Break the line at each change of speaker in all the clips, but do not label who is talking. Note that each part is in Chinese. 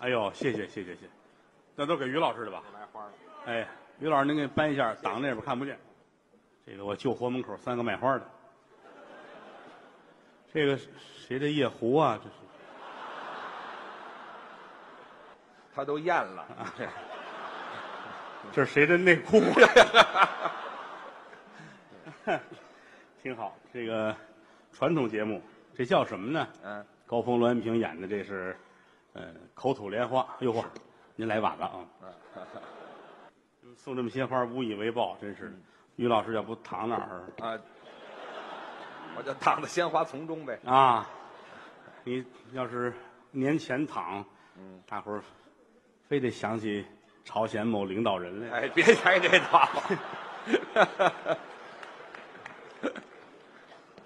哎呦，谢谢谢谢谢，那都给于老师的吧？
来花了，
哎，于老师您给搬一下，挡那边看不见。这个我舅活门口三个卖花的，这个是谁的夜壶啊？这是
他都咽 了。
这是谁的内裤？啊 挺好，这个传统节目，这叫什么呢？
嗯，
高峰、罗恩平演的这是，呃，口吐莲花。哎呦嚯，您来晚了啊！送这么些花，无以为报，真是的。于老师要不躺那儿
啊，我就躺在鲜花丛中呗。
啊？你要是年前躺，大伙儿非得想起朝鲜某领导人来。
哎，别开这 套。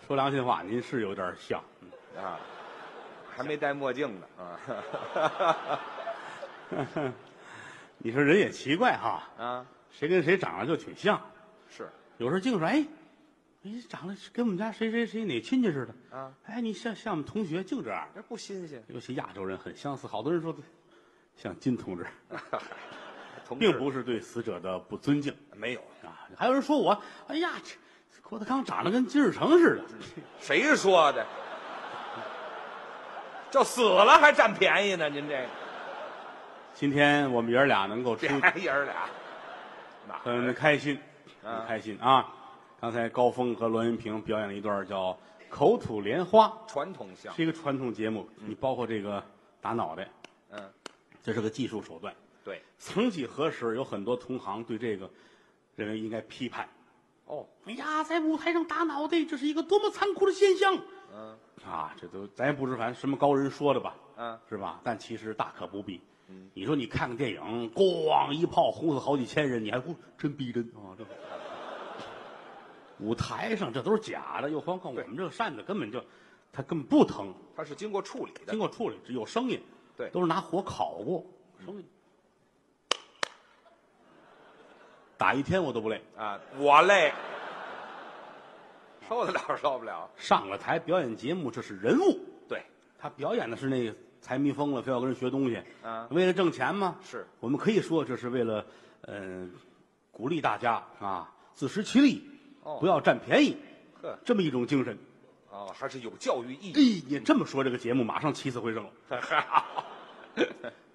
说良心话，您是有点像。
啊，还没戴墨镜呢啊
你说人也奇怪哈，
啊，
谁跟谁长得就挺像。
是
有时候净说，哎，你长得跟我们家谁谁谁哪亲戚似的，
啊，
哎，你像像我们同学，净这样。
这不新鲜，
尤其亚洲人很相似，好多人说像金同志，
同志
并不是对死者的不尊敬
没有，
啊。还有人说我，哎呀，这郭德纲长得跟金日成似的，
谁说的？就死了还占便宜呢？您这
今天我们爷儿俩能够出
这，还爷儿俩，哪
很开心，
啊
很开心啊！刚才高峰和罗云平表演了一段叫《口吐莲花
传统相》，？
是一个传统节目，你包括这个打脑袋，
嗯，
这是个技术手段。
对，
曾几何时，有很多同行对这个认为应该批判。
哦，
哎呀，在舞台上打脑袋，这是一个多么残酷的现象
嗯
啊！这都咱也不知凡什么高人说的吧，
嗯，
是吧？但其实大可不必。你说你看个电影，咣一炮轰死好几千人，你还呼真逼真啊！这舞台上这都是假的，又何况我们这个扇子根本就，它根本不疼，
它是经过处理的
经，过处理只有声音，
对
都是拿火烤过，声音。打一天我都不累，
啊，我累，受得了受不了？
上了台表演节目，这是人物。
对，
他表演的是那个财迷疯了，非要跟人学东西，
啊
为了挣钱吗？
是，
我们可以说这是为了，嗯、鼓励大家啊，自食其力，
哦
不要占便宜，
呵，
这么一种精神。
哦，还是有教育意
哎
义，，
你这么说，这个节目马上起死回生了。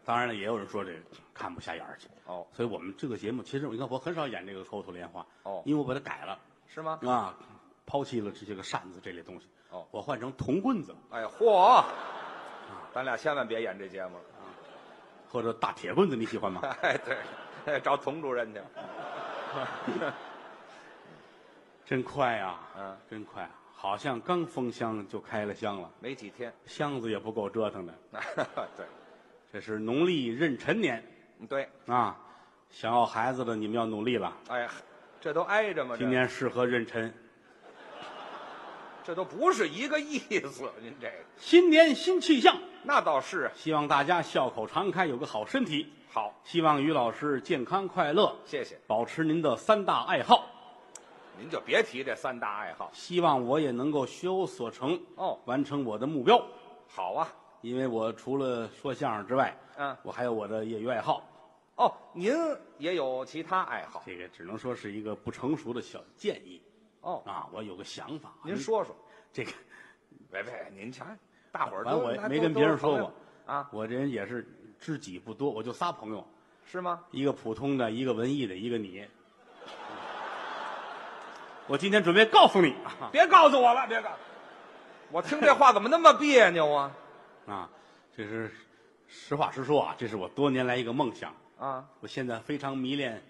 当然了，也有人说这个看不下眼儿去，
哦，
所以我们这个节目其实你看我很少演这个口吐莲花，
哦
因为我把它改了
是吗？
啊，抛弃了这些个扇子这类东西，
哦
我换成铜棍子
哎，嚯！咱俩千万别演这节目了。
或者大铁棍子，你喜欢吗？
哎，对，哎找佟主任去。
真快呀、
嗯
真快、啊，好像刚封箱就开了箱了，
没几天，
箱子也不够折腾的。
对，
这是农历壬辰年
嗯对，
啊，想要孩子的你们要努力了，
哎，这都挨着吗？这
今年适合壬辰，
这都不是一个意思，您这个
新年新气象，
那倒是
希望大家笑口常开，有个好身体，
好，
希望于老师健康快乐，
谢谢
保持您的三大爱好，
您就别提这三大爱好，
希望我也能够学有所成
哦
完成我的目标，
好啊，
因为我除了说相声之外，
嗯，
我还有我的业余爱好。
哦，您也有其他爱好
这个只能说是一个不成熟的小建议
哦？
啊，我有个想法。
您说说，
这 个，
喂喂，您瞧，大伙儿
反正
都
我也
咱
没
都
跟
都
别
是
人说
朋友
过
啊，
我这人也是知己不多，我就仨朋友，
是吗？
一个普通的，一个文艺的，一个你。 我今天准备告诉你 啊
别告诉我了，别告，我听这话怎么那么别扭啊？
啊，这是实话实说啊，这是我多年来一个梦想。
啊，
我现在非常迷恋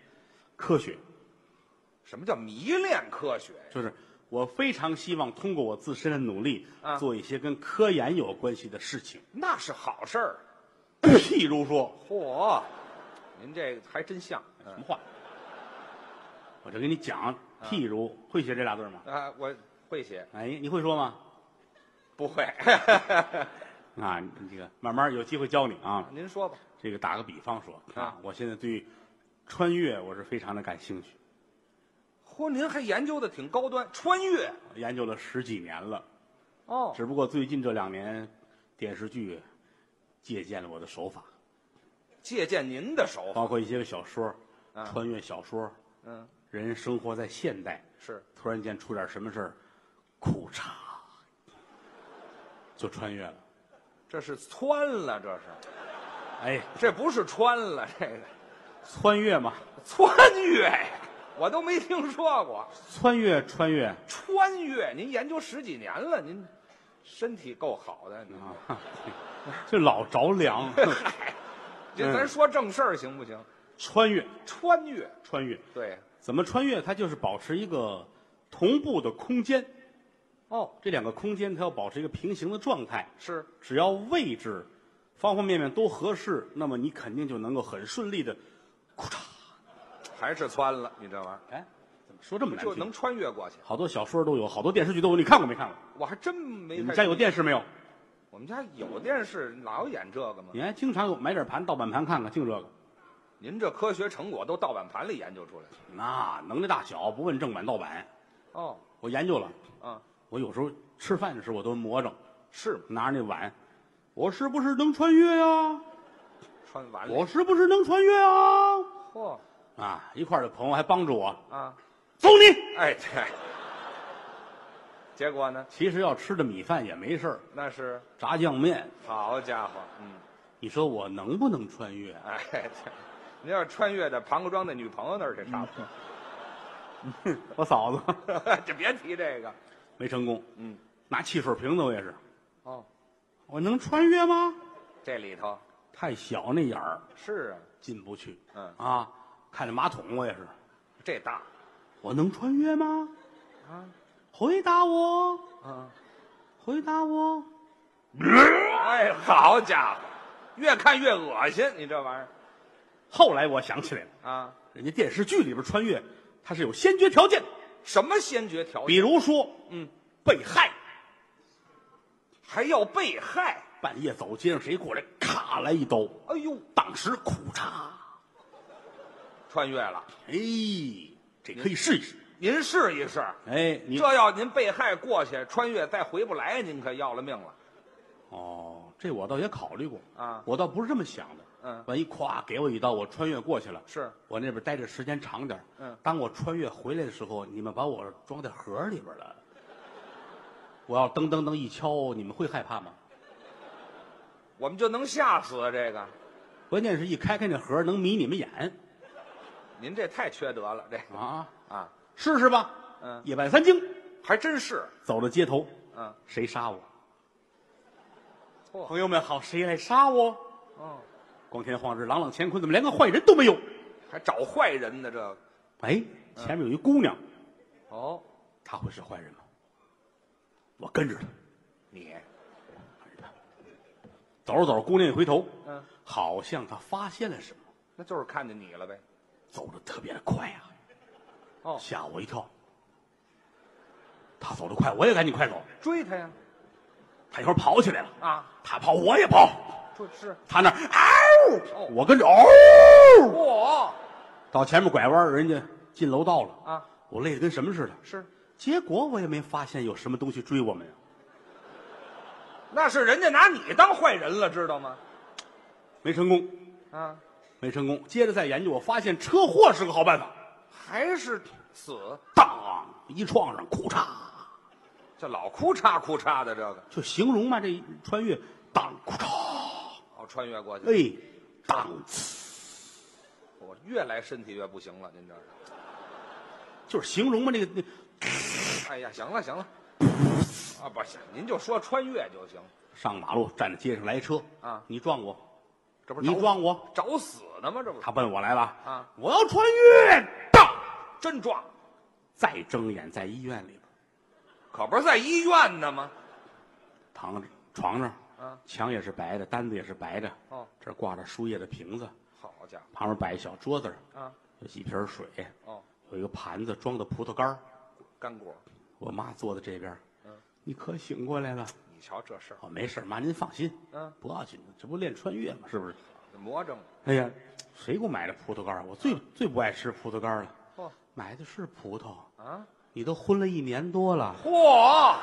科学，
什么叫迷恋科学呀？
就是我非常希望通过我自身的努力，
啊
做一些跟科研有关系的事 情，
那是好事儿。
譬如说
嚯，您这个还真像。
什
嗯
么话？我就跟你讲，譬如会写这俩字吗？
啊，我会写，
哎，你会说吗？
不会。
啊，你这个慢慢有机会教你啊。
您说吧。
这个打个比方说啊
啊，
我现在对穿越我是非常的感兴趣，
嚯，您还研究的挺高端，穿越
研究了十几年了。
哦，
只不过最近这两年电视剧借鉴了我的手法，
借鉴您的手法。
包括一些个小说，
啊
穿越小说，
嗯，
人生活在现代，
是
突然间出点什么事儿，裤衩就穿越了。
这是穿了，这是
哎，
这不是穿了，这个
穿越嘛，
穿越呀，我都没听说过
穿越穿越
穿越。您研究十几年了，您身体够好的，您
啊， 这老着凉。
这
嗯
咱说正事儿行不行？
穿越
穿越，
穿越
对，
怎么穿越？它就是保持一个同步的空间，
哦，
这两个空间它要保持一个平行的状态。
是
只要位置方方面面都合适，那么你肯定就能够很顺利的，
还是穿了？你这玩意
哎，怎么说这么
儿
难
就
听
能？穿越过去，
好多小说都有，好多电视剧都有，你看过没看过？
我还真没太。
你们家有电视没有？
我们家有电视，老演这个吗？
你还经常有买点盘盗版盘看看，净这个，
您这科学成果都盗版盘里研究出来了。
那能耐大小不问正版盗版，
哦，
我研究了。
啊，
我有时候吃饭的时候我都魔怔，
是吗？
拿着那碗，我是不是能穿越呀、啊？
穿碗里。
我是不是能穿越啊？
嚯
啊，一块儿的朋友还帮助我，
哦啊！
走你！
哎，对。结果呢？
其实要吃的米饭也没事儿，
那是
炸酱面，
好家伙，嗯，
你说我能不能穿越？
哎，对您要穿越到庞各庄那女朋友那儿去，差不多。
我嫂子
就别提这个。
没成功，
嗯，
拿汽水瓶子我也是，
哦，
我能穿越吗？
这里头
太小那眼儿
是啊，
进不去
嗯，
啊！看着马桶我也是，
这大
我能穿越吗？
啊
回答我，
啊！
回答我，
哎，好家伙，越看越恶心，你这玩意
后来我想起来了，
儿啊，
人家电视剧里边穿越，它是有先决条件的，
什么先决条
比
件？
如说
嗯，
被害，
还要被害？
半夜走街上谁过来，咔来一刀，
哎呦，
当时苦嚓，
穿越了，
哎，这可以试一试，
您试一试。
哎，你
这要您被害过去，穿越再回不来，您可要了命了。
哦，这我倒也考虑过
啊
我倒不是这么想的，
嗯
万一咵给我一刀，我穿越过去了，
是
我那边待着时间长点儿
嗯，
当我穿越回来的时候，你们把我装在盒里边了，我要噔噔噔一敲，你们会害怕吗？
我们就能吓死这个。
关键是一开开那盒能迷你们眼
您这太缺德了，这个
啊，
啊，
试试吧，
嗯
夜半三更
还真是，
走到街头，
嗯，
谁杀我？
嚯
朋友们好，谁来杀我？
哦，
光天化日，朗朗乾坤，怎么连个坏人都没有？
还找坏人呢，这个，
哎，前面有一姑娘，
哦，
她会是坏人吗？我跟着她，
你，
走着走着，姑娘一回头，
嗯，
好像她发现了什么，
那就是看见你了呗。
走的特别的快呀、
哦
吓我一跳。她走得快，我也赶紧快走。
追他呀，
她一会儿跑起来了，
啊，
她跑我也跑，
这是，
她那儿嗷、
哦
我跟着嗷、
嚯
到前面拐弯，人家进楼道了，
啊，
我累得跟什么似的。
是，
结果我也没发现有什么东西追我们呀，
那是人家拿你当坏人了，知道吗？
没成功，
啊，
没成功。接着再研究，我发现车祸是个好办法。
还是死，
当一撞上，裤嚓，
这老哭嚓哭嚓的这个，
就形容嘛，这一穿越，当裤嚓，
哦，穿越过去，
哎，当呲，
我越来身体越不行了，您这是，
就是形容嘛，这个那
哎呀，行了行了，啊，不行，您就说穿越就行，
上马路站在街上来车
啊
你撞我，
这不是
你
找
撞我，
找死呢吗？这不是
他奔我来了
啊，
我要穿越，当，
真撞，
再睁眼在医院里边
可不是在医院呢吗？
躺着床上，
啊，
墙也是白的，单子也是白的，
哦，
这儿挂着输液的瓶子，
好家
旁边摆一小桌子，
伙，啊，
有几瓶水，
哦，
有一个盘子装的葡萄干儿
干果，
我妈坐在这边儿，
嗯
你可醒过来了。
你瞧这事儿，
哦，没事儿妈您放心，
嗯，
不要紧的，这不练穿越吗？是不是？
魔怔了，
哎呀，谁给我买的葡萄干儿？我最最不爱吃葡萄干儿了。
嚯
买的是葡萄，
啊。
你都昏了一年多了，
嚯，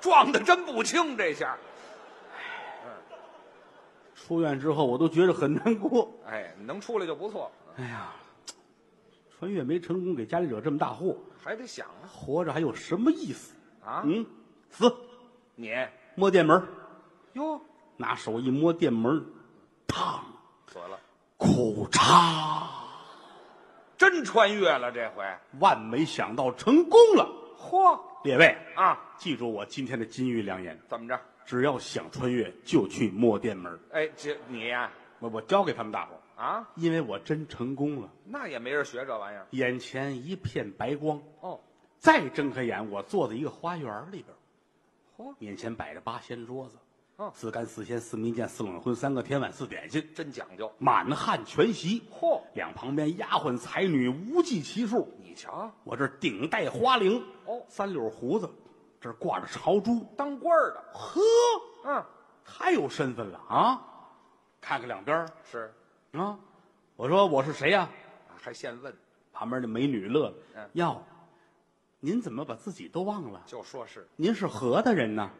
撞的真不轻，这下
出院之后，我都觉得很难过。
哎，能出来就不错，
哎呀，穿越没成功，给家里惹这么大祸，
还得想啊
活着还有什么意思？
啊！
嗯，死，
你
摸电门儿，
哟，
拿手一摸电门儿，烫，
死了，
苦嚓！
真穿越了这回，
万没想到成功了，
嚯
列位，
啊！
记住我今天的金玉良言，
怎么着？
只要想穿越就去摸电门儿。
哎，这你呀
我我教给他们大伙儿，
啊，
因为我真成功了，
那也没人学这玩意儿
眼前一片白光。
哦。
再睁开眼，我坐在一个花园里边，
嚯，
面前摆着八仙桌子，
哦
四干四鲜四蜜饯四冷荤三个天碗四点心，
真讲究。
满汉全席。
嚯，
两旁边丫鬟才女无计其数，
你瞧，
我这顶戴花翎，
哦
三绺胡子，这儿挂着朝珠，
当官儿的，
呵，
嗯，
太有身份了啊！看看两边儿
是，
啊，我说我是谁呀、
还现问，
旁边那美女乐了
嗯，
哟，您怎么把自己都忘了？
就说是
您是何大人呐？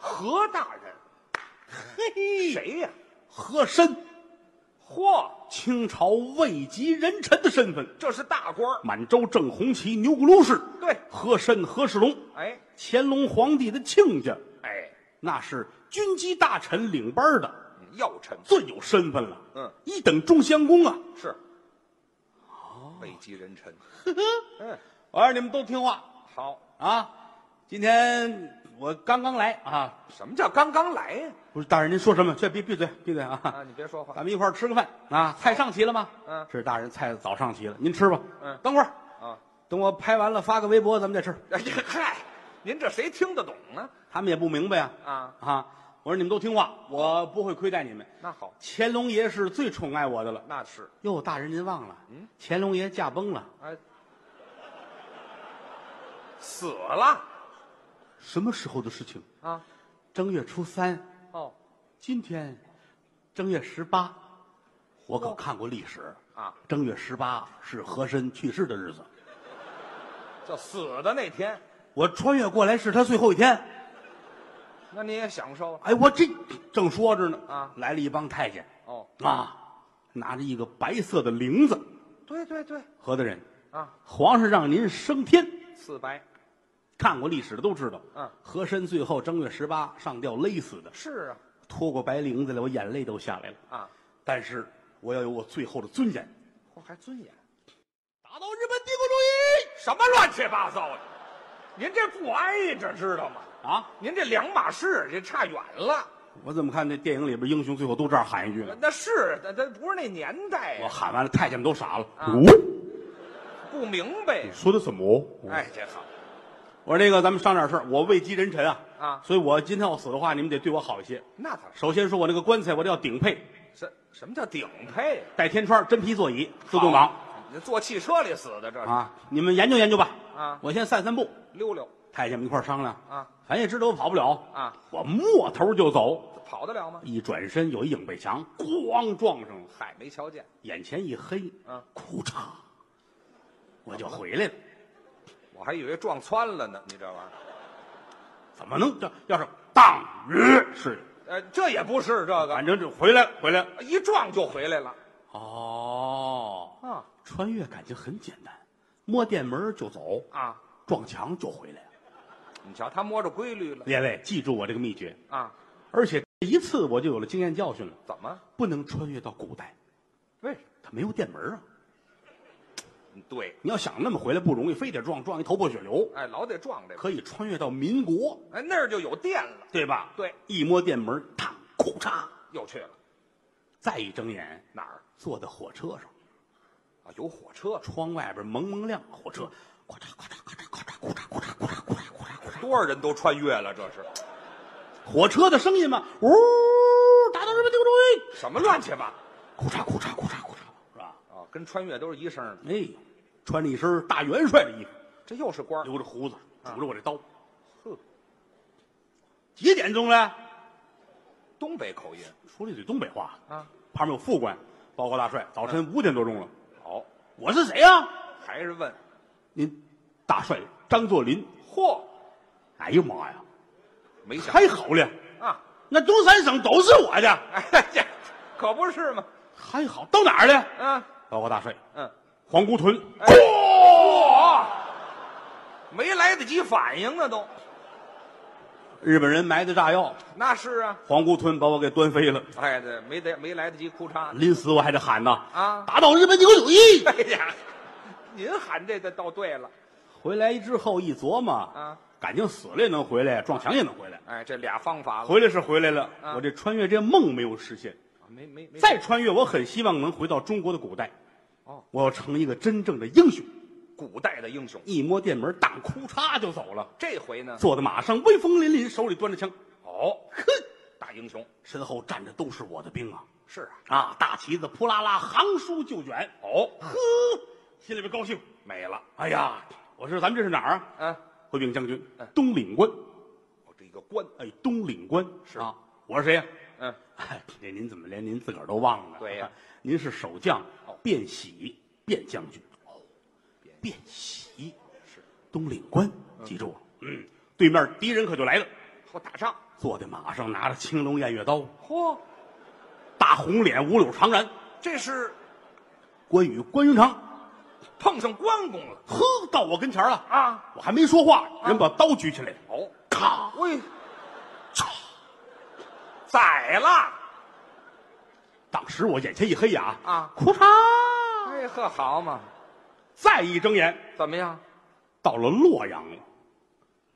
何大人，
嘿，
谁呀？
和珅，
嚯，
清朝位极人臣的身份，
这是大官儿。
满洲正红旗钮钴禄氏，
对，
和珅和世龙，
哎
乾隆皇帝的亲家，
哎，
那是军机大臣领班的，
嗯要臣
最有身份了。
嗯，
一等中乡公啊！
是，位极人臣。嗯，
我让你们都听话
好，
啊！今天我刚刚来啊，
什么叫刚刚来呀？
不是大人您说什么？去闭闭嘴闭嘴啊！
啊，你别说话
咱们一块儿吃个饭啊！菜上齐了吗？
嗯
是大人菜早上齐了，您吃吧。
嗯
等会儿
啊！
等我拍完了发个微博，咱们再吃。
哎这嗨，您这谁听得懂呢？
他们也不明白呀、
啊，
啊！我说你们都听话，我不会亏待你们。
那好，
乾隆爷是最宠爱我的了。
那是，
哟，大人您忘了，
嗯，
乾隆爷驾崩了，
哎，死了
什么时候的事情？
啊！
正月初三，
哦
今天正月十八，我可
嚯
看过历史，
啊，
正月十八是和珅去世的日子。
就死的那天，
我穿越过来是他最后一天。
那你也享受了
哎，我这正说着呢，
啊
来了一帮太监
哦？
啊，拿着一个白色的铃子。
对对对，
何大人，
啊，
皇上让您升天，
四白
看过历史的都知道。
嗯
和珅最后正月十八上吊勒死的，
是啊
拖过白绫子来，我眼泪都下来了。
啊，
但是我要有我最后的尊严，
嚯还尊严，
打倒日本帝国
什么乱七八糟的？您这不挨着知道吗？
主义啊！
您这两码事，这差远了。
我怎么看这电影里边英雄最后都这样喊一句呢？
那是，但但不是那年代
我
呀，
喊完了，太监们都傻了。
啊
哦，
不明白呀。
说的什么？
哎，这好，
我说那个，咱们商量点事儿。我位极人臣啊，
啊
所以我今天要死的话，你们得对我好一些。
那倒是。
首先说我那个棺材，我得要顶配，
什什么叫顶配？啊
带天窗，真皮座椅，自动挡
你坐汽车里死的这是
啊！你们研究研究吧。
啊
我先散散步。
溜溜
太监们一块儿商量
啊，
咱也知道我跑不了
啊，
我摸头就走。
跑得了吗？
一转身有一影背墙，咣撞上了，
嗨，没瞧见
眼前一黑，
啊！
裤衩，我就回来了。
我还以为撞穿了呢，你这玩意儿，
怎么能这要是当日是？
呃，这也不是这个
反，正就回来了，回来了。
一撞就回来了
哦，
啊
穿越感情很简单，摸电门就走，
啊！
撞墙就回来。
你瞧，他摸着规律了
列位，记住我这个秘诀，
啊？
而且这一次我就有了经验教训了，
怎么？
不能穿越到古代，
为什
它没有电门啊。
么？嗯对，
你要想那么回来不容易，非得撞撞一头破血流。
哎，老得撞这个，
可以穿越到民国，
哎，那儿就有电了，
对吧？
对，
一摸电门，嘡，库嚓，
又去了
再一睁眼，
哪儿
坐在火车上，
啊？有火车，
窗外边蒙蒙亮，火车，咔嚓咔嚓咔嚓咔嚓，咔嚓咔嚓咔嚓咔嚓咔嚓咔嚓，
多少人都穿越了，这是
火车的声音嘛，呜，打到日本帝国主义。
什么乱七八
裤衩裤衩裤衩裤衩，是吧？
糟啊？跟穿越都是一声的，
哎，穿着一身大元帅的衣服，
这又是官儿，
留着胡子，拄着我这刀。
呵，
几点钟了？
东北口音
说了一嘴东北话。
啊？
旁边有副官，报告大帅，早晨五点多钟了。
好，
我是谁呀、
还是问，
您，大帅张作霖。
嚯，
哎呀妈呀，
没想
太好了！
啊，
那东三省都是我的，
哎，这可不是嘛。
还好到哪儿了？
嗯
报告大帅，
嗯，
皇姑屯。
哎嚯，没来得及反应呢都。
日本人埋的炸药，
那是啊，
皇姑屯把我给端飞了，
哎，对，没得没来得及哭嚓。
临死我还得喊呐
啊
打倒日本帝国主 义！
哎呀，您喊这个倒对了
回来之后一琢磨，
啊！
感情死了也能回来，撞墙也能回来。
哎，这俩方法了，
回来是回来了，
啊
我这穿越这梦没有实现。
没没没
再穿越，我很希望能回到中国的古代。
哦，
我要成一个真正的英雄。
古代的英雄，
一摸店门，当哭嚓就走了，
这回呢？
坐在马上威风凛凛，手里端着枪，
哦，哼，大英雄
身后站着都是我的兵啊！
是啊，
啊，大旗子扑啦啦，行书就卷。
哦，
呵，心里边高兴。
没了，
哎呀，我说咱们这是哪儿啊？
嗯，
回禀将军
嗯，
东岭关。
我这个官，
哎，东岭关
是
啊，我是谁呀、
嗯，
哎， 这您怎么连您自个儿都忘了？
对呀
您是守将
哦
卞喜，卞将军。哦，卞喜
是
东岭关，记住了。嗯，对面敌人可就来了，
我打仗，
坐在马上，拿着青龙偃月刀，
嚯，
大红脸，五柳长髯，
这是
关羽关云长，
碰上关公了
呵，到我跟前儿了。
啊！
我还没说话，人把刀举起来了，
哦，
咔，
喂，宰了，
当时我眼前一黑呀，
啊
裤嚓！
哎呵，好嘛，
再一睁眼，
怎么样？
到了洛阳了，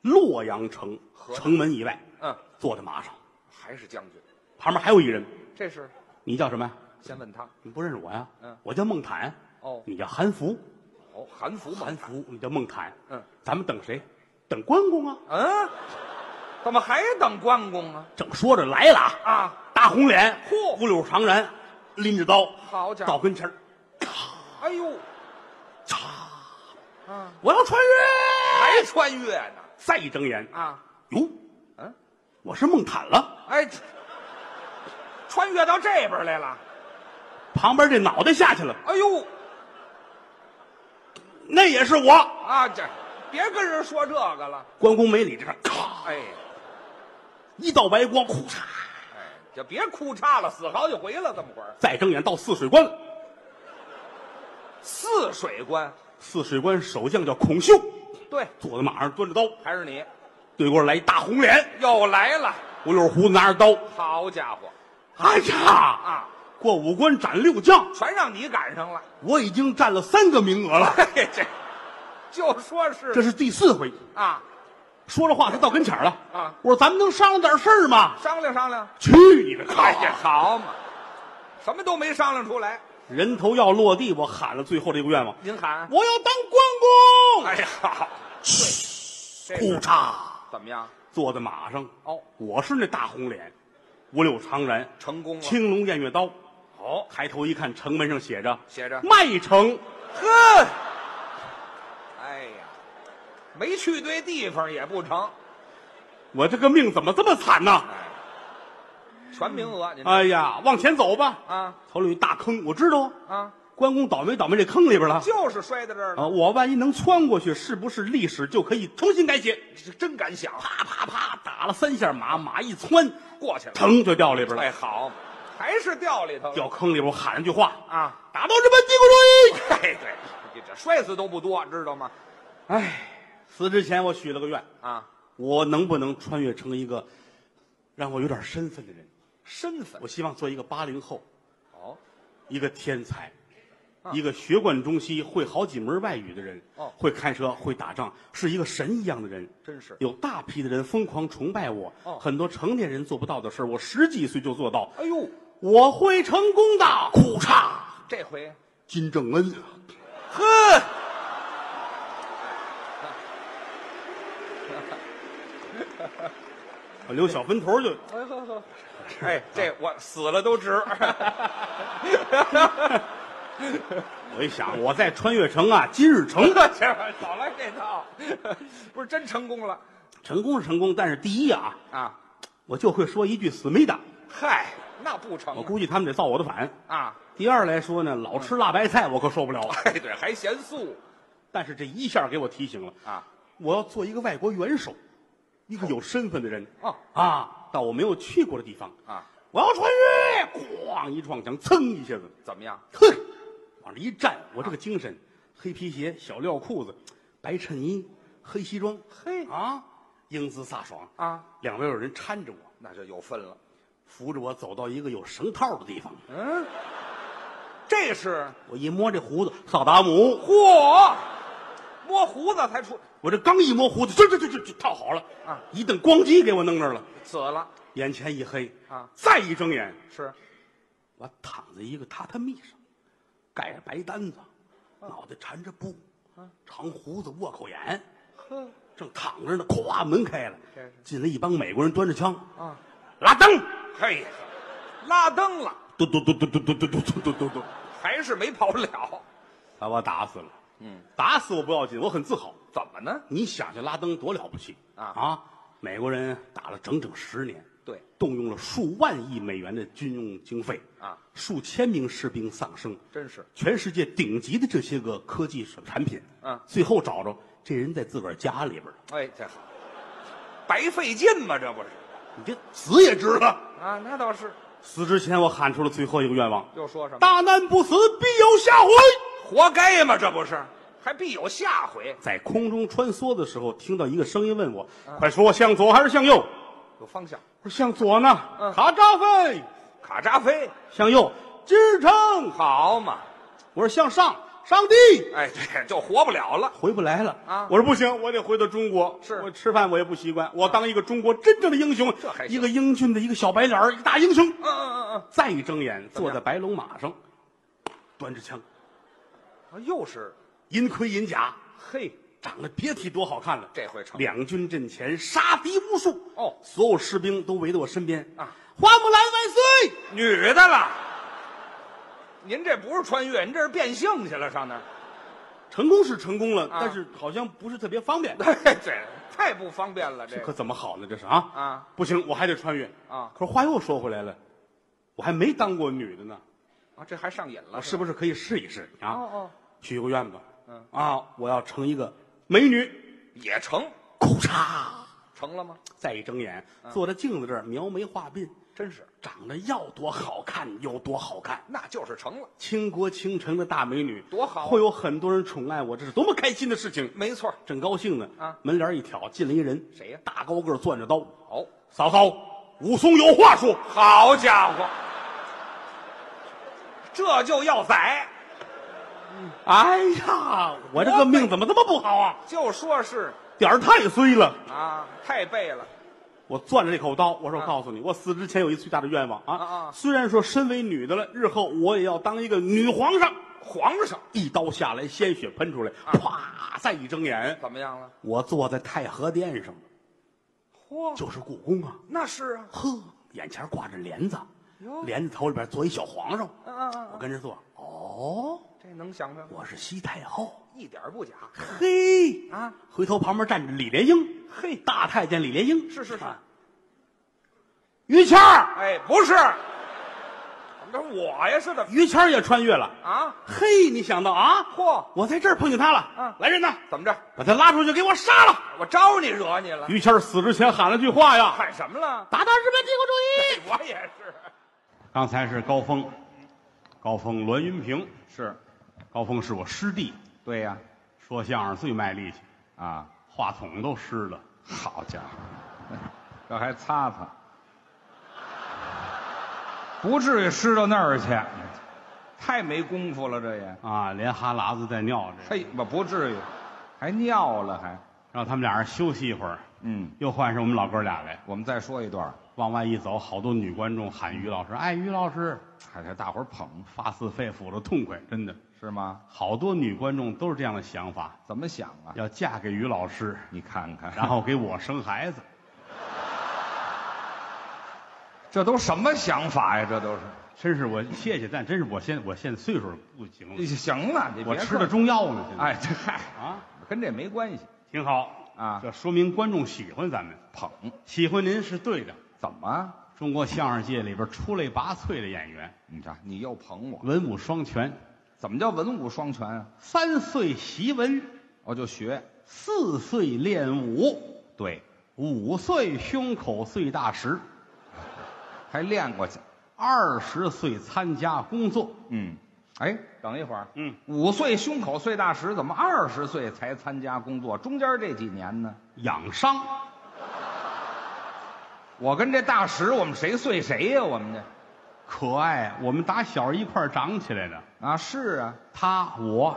洛阳城
河
城门以外，
嗯，
坐在马上，
还是将军，
旁边还有一人，
这是
你叫什么呀？
先问他。
你不认识我呀？
嗯
我叫孟坦。
哦
你叫韩福，
哦，韩服吗
韩福，你叫孟坦。
嗯，
咱们等谁？等关公啊！
嗯，怎么还等关公啊？
正说着来了啊，
啊，
大红脸，
嚯
五柳长髯，拎着刀，
好家
到
伙！
跟前儿，
哎呦，
嚓！
啊，
我要穿越！
还穿越呢
再一睁眼，
啊！
哟，
嗯，
我是孟坦了。
哎，这穿越到这边来了。
旁边这脑袋下去了，
哎呦，
那也是我。
啊，这别跟人说这个了。
关公没理这事儿，咔，
哎
一道白光，呼嚓！
哎，就别哭嚓了，死好几回了，这么会儿。
再睁眼到汜水关了。
汜水关，
汜水关守将叫孔秀，
对，
坐在马上端着刀，
还是你
对过来一大红脸，
又来了。
五柳胡子拿着刀，
好家伙，
哎呀，
啊，
过五关斩六将，
全让你赶上了。
我已经占了三个名额了，
嘿，这就说是
这是第四回。
啊，
说着话，他到跟前儿了
啊！
我说咱们能商量点事儿吗？
商量商量。
去你的！
哎
哎
呀，
呀，
好嘛，什么都没商量出来，
人头要落地，我喊了最后这个愿望，
您喊，
我要当关公。
哎呀，好这
裤
是
嚓，
怎么样？
坐在马上，
哦，
我是那大红脸，五柳长髯，
成功了。
青龙偃月刀。
好，
抬头一看，城门上写着
写着
“麦城
呵，哎呀，没去对地方也不成，”，
我这个命怎么这么惨呢？
哎，全名额您、
哎呀，往前走吧，
啊
头里有一大坑，我知道啊，
啊，
关公倒霉倒霉这坑里边了
就是摔在这儿了，
啊！我万一能穿过去，是不是历史就可以重新改写？
这真敢想，
啪啪啪，打了三下马，马一窜，
过去了。
腾就掉里边了。
哎，好，还是掉里头了
掉坑里边，我喊了句话
啊！：“
打倒日本帝国主义
哎， 对，你这摔死都不多，知道吗？！”
死之前，我许了个愿，
啊，
我能不能穿越成一个让我有点身份的人？
身份
我希望做一个八零后，
哦，
一个天才，
啊
一个学贯中西、会好几门外语的人，
哦
会开车、会打仗，是一个神一样的人。
真是
有大批的人疯狂崇拜我，
哦
很多成年人做不到的事儿，我十几岁就做到，
哎呦，
我会成功的。裤嚓，
这回
金正恩，
呵，
我留小分头就
呵呵呵，哎，这我死了都值。
我一想，我在穿越城啊，今日成，
少来这套，不是真成功了
成功是成功，但是第一啊，
啊？
我就会说一句思密达，
嗨，那不成
我估计他们得造我的反。
啊！
第二来说呢，老吃辣白菜我可受不了，
哎，对，还嫌素
但是这一下给我提醒了。
啊？
我要做一个外国元首，一个有身份的人
哦
啊！到我没有去过的地方，
啊，
我要穿越，咣一撞墙，噌一下子，
怎么样？
哼，往这一站，我这个精
啊
神，黑皮鞋、小料裤子、白衬衣、黑西装，
嘿
啊，英姿飒爽。
啊，
两边有人搀着我，
那就有分了。
扶着我走到一个有绳套的地方，
嗯，这是
我一摸这胡子，萨达姆，
嚯，摸胡子才出
我这刚一摸胡子，这这这这这套好了
啊！
一顿咣叽给我弄那儿了，
死了
眼前一黑
啊！
再一睁眼，
是
我躺在一个榻榻米上，盖着白单
啊
子，脑袋缠着布，长胡子倭寇眼，
呵
正躺着呢，咵门开了
真是，
进来一帮美国人端着枪，
啊，
拉登，
嘿，拉登了
嘟嘟嘟嘟嘟嘟嘟嘟嘟嘟嘟嘟，
还是没跑了，
把我打死了。嗯，打死我不要紧，我很自豪。
怎么呢？
你想想拉登多了不起
啊
美国人打了整整十年，
对，
动用了数万亿美元的军用经费
啊，
数千名士兵丧生，
真是
全世界顶级的这些个科技产品，
嗯
最后找着这人在自个儿家里边儿，
哎，这好，白费劲嘛，这不是
你这死也值了。
啊？那倒是，
死之前，我喊出了最后一个愿望：
又说什么？
大难不死，必有下回。
活该嘛，这不是？还必有下回，
在空中穿梭的时候，听到一个声音问我：“快说，向左还是向右
有方向。？”
我说：“向左呢。
嗯
卡扎菲。
卡扎菲，
向右，支撑。
好嘛，
我说向上，上帝
哎，这就活不了了。
回不来了
啊
我说不行，我得回到中国。
是
我吃饭我也不习惯，我当一个中国真正的英雄
这还，行
一个英俊的一个小白脸儿，一个大英雄。
嗯嗯嗯
再一睁眼，
么
坐
样
在白龙马上，端着枪，
嗯啊，又是，
银盔银甲，
嘿，
长得别提多好看了。
这回成
两军阵前，杀敌无数。
哦
所有士兵都围到我身边
啊！
花木兰万岁！
女的了。您这不是穿越，您这是变性去了，上那儿，
成功是成功了，
啊
但是好像不是特别 方便。
这太不方便了，这
这
个
可怎么好呢？这是啊
啊！
不行，我还得穿越
啊
可是话又说回来了，我还没当过女的呢，
啊，这还上瘾了，
我是不是可以试一试
吧？
啊？
哦哦，
许个愿吧。
嗯
啊，我要成一个美女。
也成，
裤衩，
成了吗？
再一睁眼，
嗯
坐在镜子这儿描眉画鬓，
真是，
长得要多好看有多好看，
那就是成了，
倾国倾城的大美女，
多好啊
会有很多人宠爱我，这是多么开心的事情！
没错儿。
正高兴呢，
啊
门帘一挑，进来一人，
谁呀
大高个儿攥着刀，
哦，
嫂嫂，武松有话说。
好家伙，这就要宰，
哎呀，我这个命怎么这么不好啊？
就说是
点儿太衰了。
啊，太背了，
我攥着这口刀，我说我
啊
告诉你，我死之前有一最大的愿望啊！
啊啊
虽然说身为女的了，日后我也要当一个女皇上。
皇上啊
一刀下来，鲜血喷出来，啪！再一睁眼，
怎么样了？
我坐在太和殿上，
嚯，
就是故宫啊。
那是啊，
呵，眼前挂着帘子
哟，
帘子头里边坐一小皇上，
嗯嗯嗯
我跟着坐。哦，
这能想出来吗，
我是西太后。
一点儿不假
嘿，
啊！
回头旁边站着李莲英，
嘿
大太监李莲英，
是是是
啊于谦儿，
哎，不是，怎么着我呀？是怎么
于谦儿也穿越了。
啊？
嘿，你想到啊？
嚯，
我在这儿碰见他了。
嗯
来人呐，
怎么着？
把他拉出去，给我杀了！
我招你惹你 了？
于谦儿死之前喊了句话呀
喊什么了：“？
打倒日本帝国主
我
义
也是。！”
刚才是高峰，高峰、栾云平，
是，
高峰是我师弟，
对呀、
说相声最卖力气，
啊，
话筒都湿了。
好家伙，这还擦擦，不至于湿到那儿去，太没功夫了，这也，
啊，连哈喇子带尿这，
嘿，我不至于，还尿了还，
让他们俩人休息一会儿，
嗯，
又换上我们老哥俩来。
我们再说一段，
往外一走，好多女观众喊于老师，哎，于老师，哎
还得大伙儿捧，
发自肺腑的痛快，真的，
是吗？
好多女观众都是这样的想法，
怎么想啊？
要嫁给于老 师，
你看看，
然后给我生孩子。
这都什么想法呀？这都是，
真是我谢谢，但真是我现我现在岁数不行了，
行了，你别
我吃
客
的
气，
中药呢，现在
哎，这嗨，
啊，
跟这没关系，
挺好
啊
这说明观众喜欢咱们，
捧，
喜欢您是对的。
怎么？
中国相声界里边出类拔萃的演员，
你看，你又捧我，
文武双全，
怎么叫文武双全啊？
三岁习文，
我就学，
四岁练武，
对，
五岁胸口碎大石，
还练过去。
二十岁参加工作，
嗯，哎，等一会儿，
嗯，
五岁胸口碎大石，怎么二十岁才参加工作？中间这几年呢？
养伤，
我跟这大石，我们谁碎谁呀、我们这
可爱。我们打小一块儿长起来的，
啊，是啊，
他我，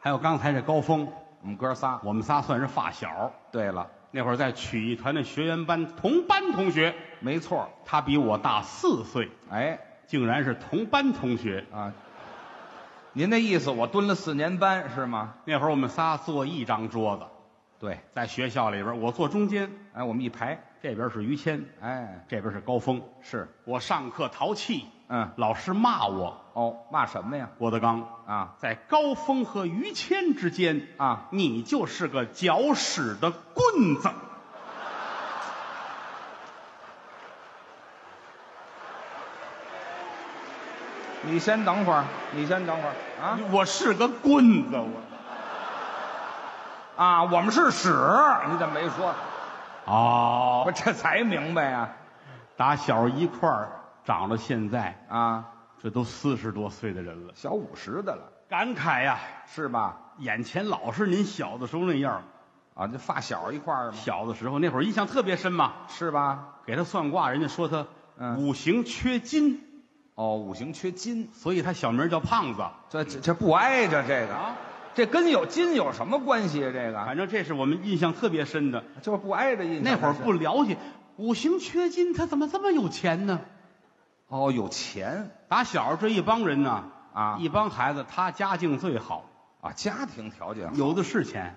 还有刚才这高峰，
我们哥仨。
我们仨算是发小。
对了，
那会儿在曲艺团的学员班，同班同学，
没错，
他比我大四岁，
哎
竟然是同班同学。
啊，您的意思我蹲了四年班是吗？
那会儿我们仨坐一张桌子，
对，
在学校里边，我坐中间，
哎，我们一排，
这边是于谦，
哎，
这边是高峰。
是，
我上课淘气，
嗯，
老师骂我，
哦，骂什么呀？
郭德纲
啊
在高峰和于谦之间，
啊，
你就是个搅屎的棍子。
你先等会儿，你先等会儿啊
我是个棍子，我
啊！我们是屎，你怎么没说？我
哦，
这才明白呀、
打小一块儿长到现在，
啊！
这都四十多岁的人了，
小五十的了，
感慨呀、
是吧？
眼前老是您小的时候那样儿。
啊，这发小一块儿嘛，
小的时候那会儿印象特别深嘛，
是吧？
给他算卦，人家说他
嗯
五行缺金，
哦，五行缺金，
所以他小名叫胖子
这这这不挨着这个，
啊。
这跟有金有什么关系啊？这个
反正这是我们印象特别深的。
就是不挨着印象。
那会儿不了解五行缺金，他怎么这么有钱呢？
哦，有钱
打小这一帮人呢，
啊
一帮孩子，他家境最好，
啊，家庭条件好
有的是钱。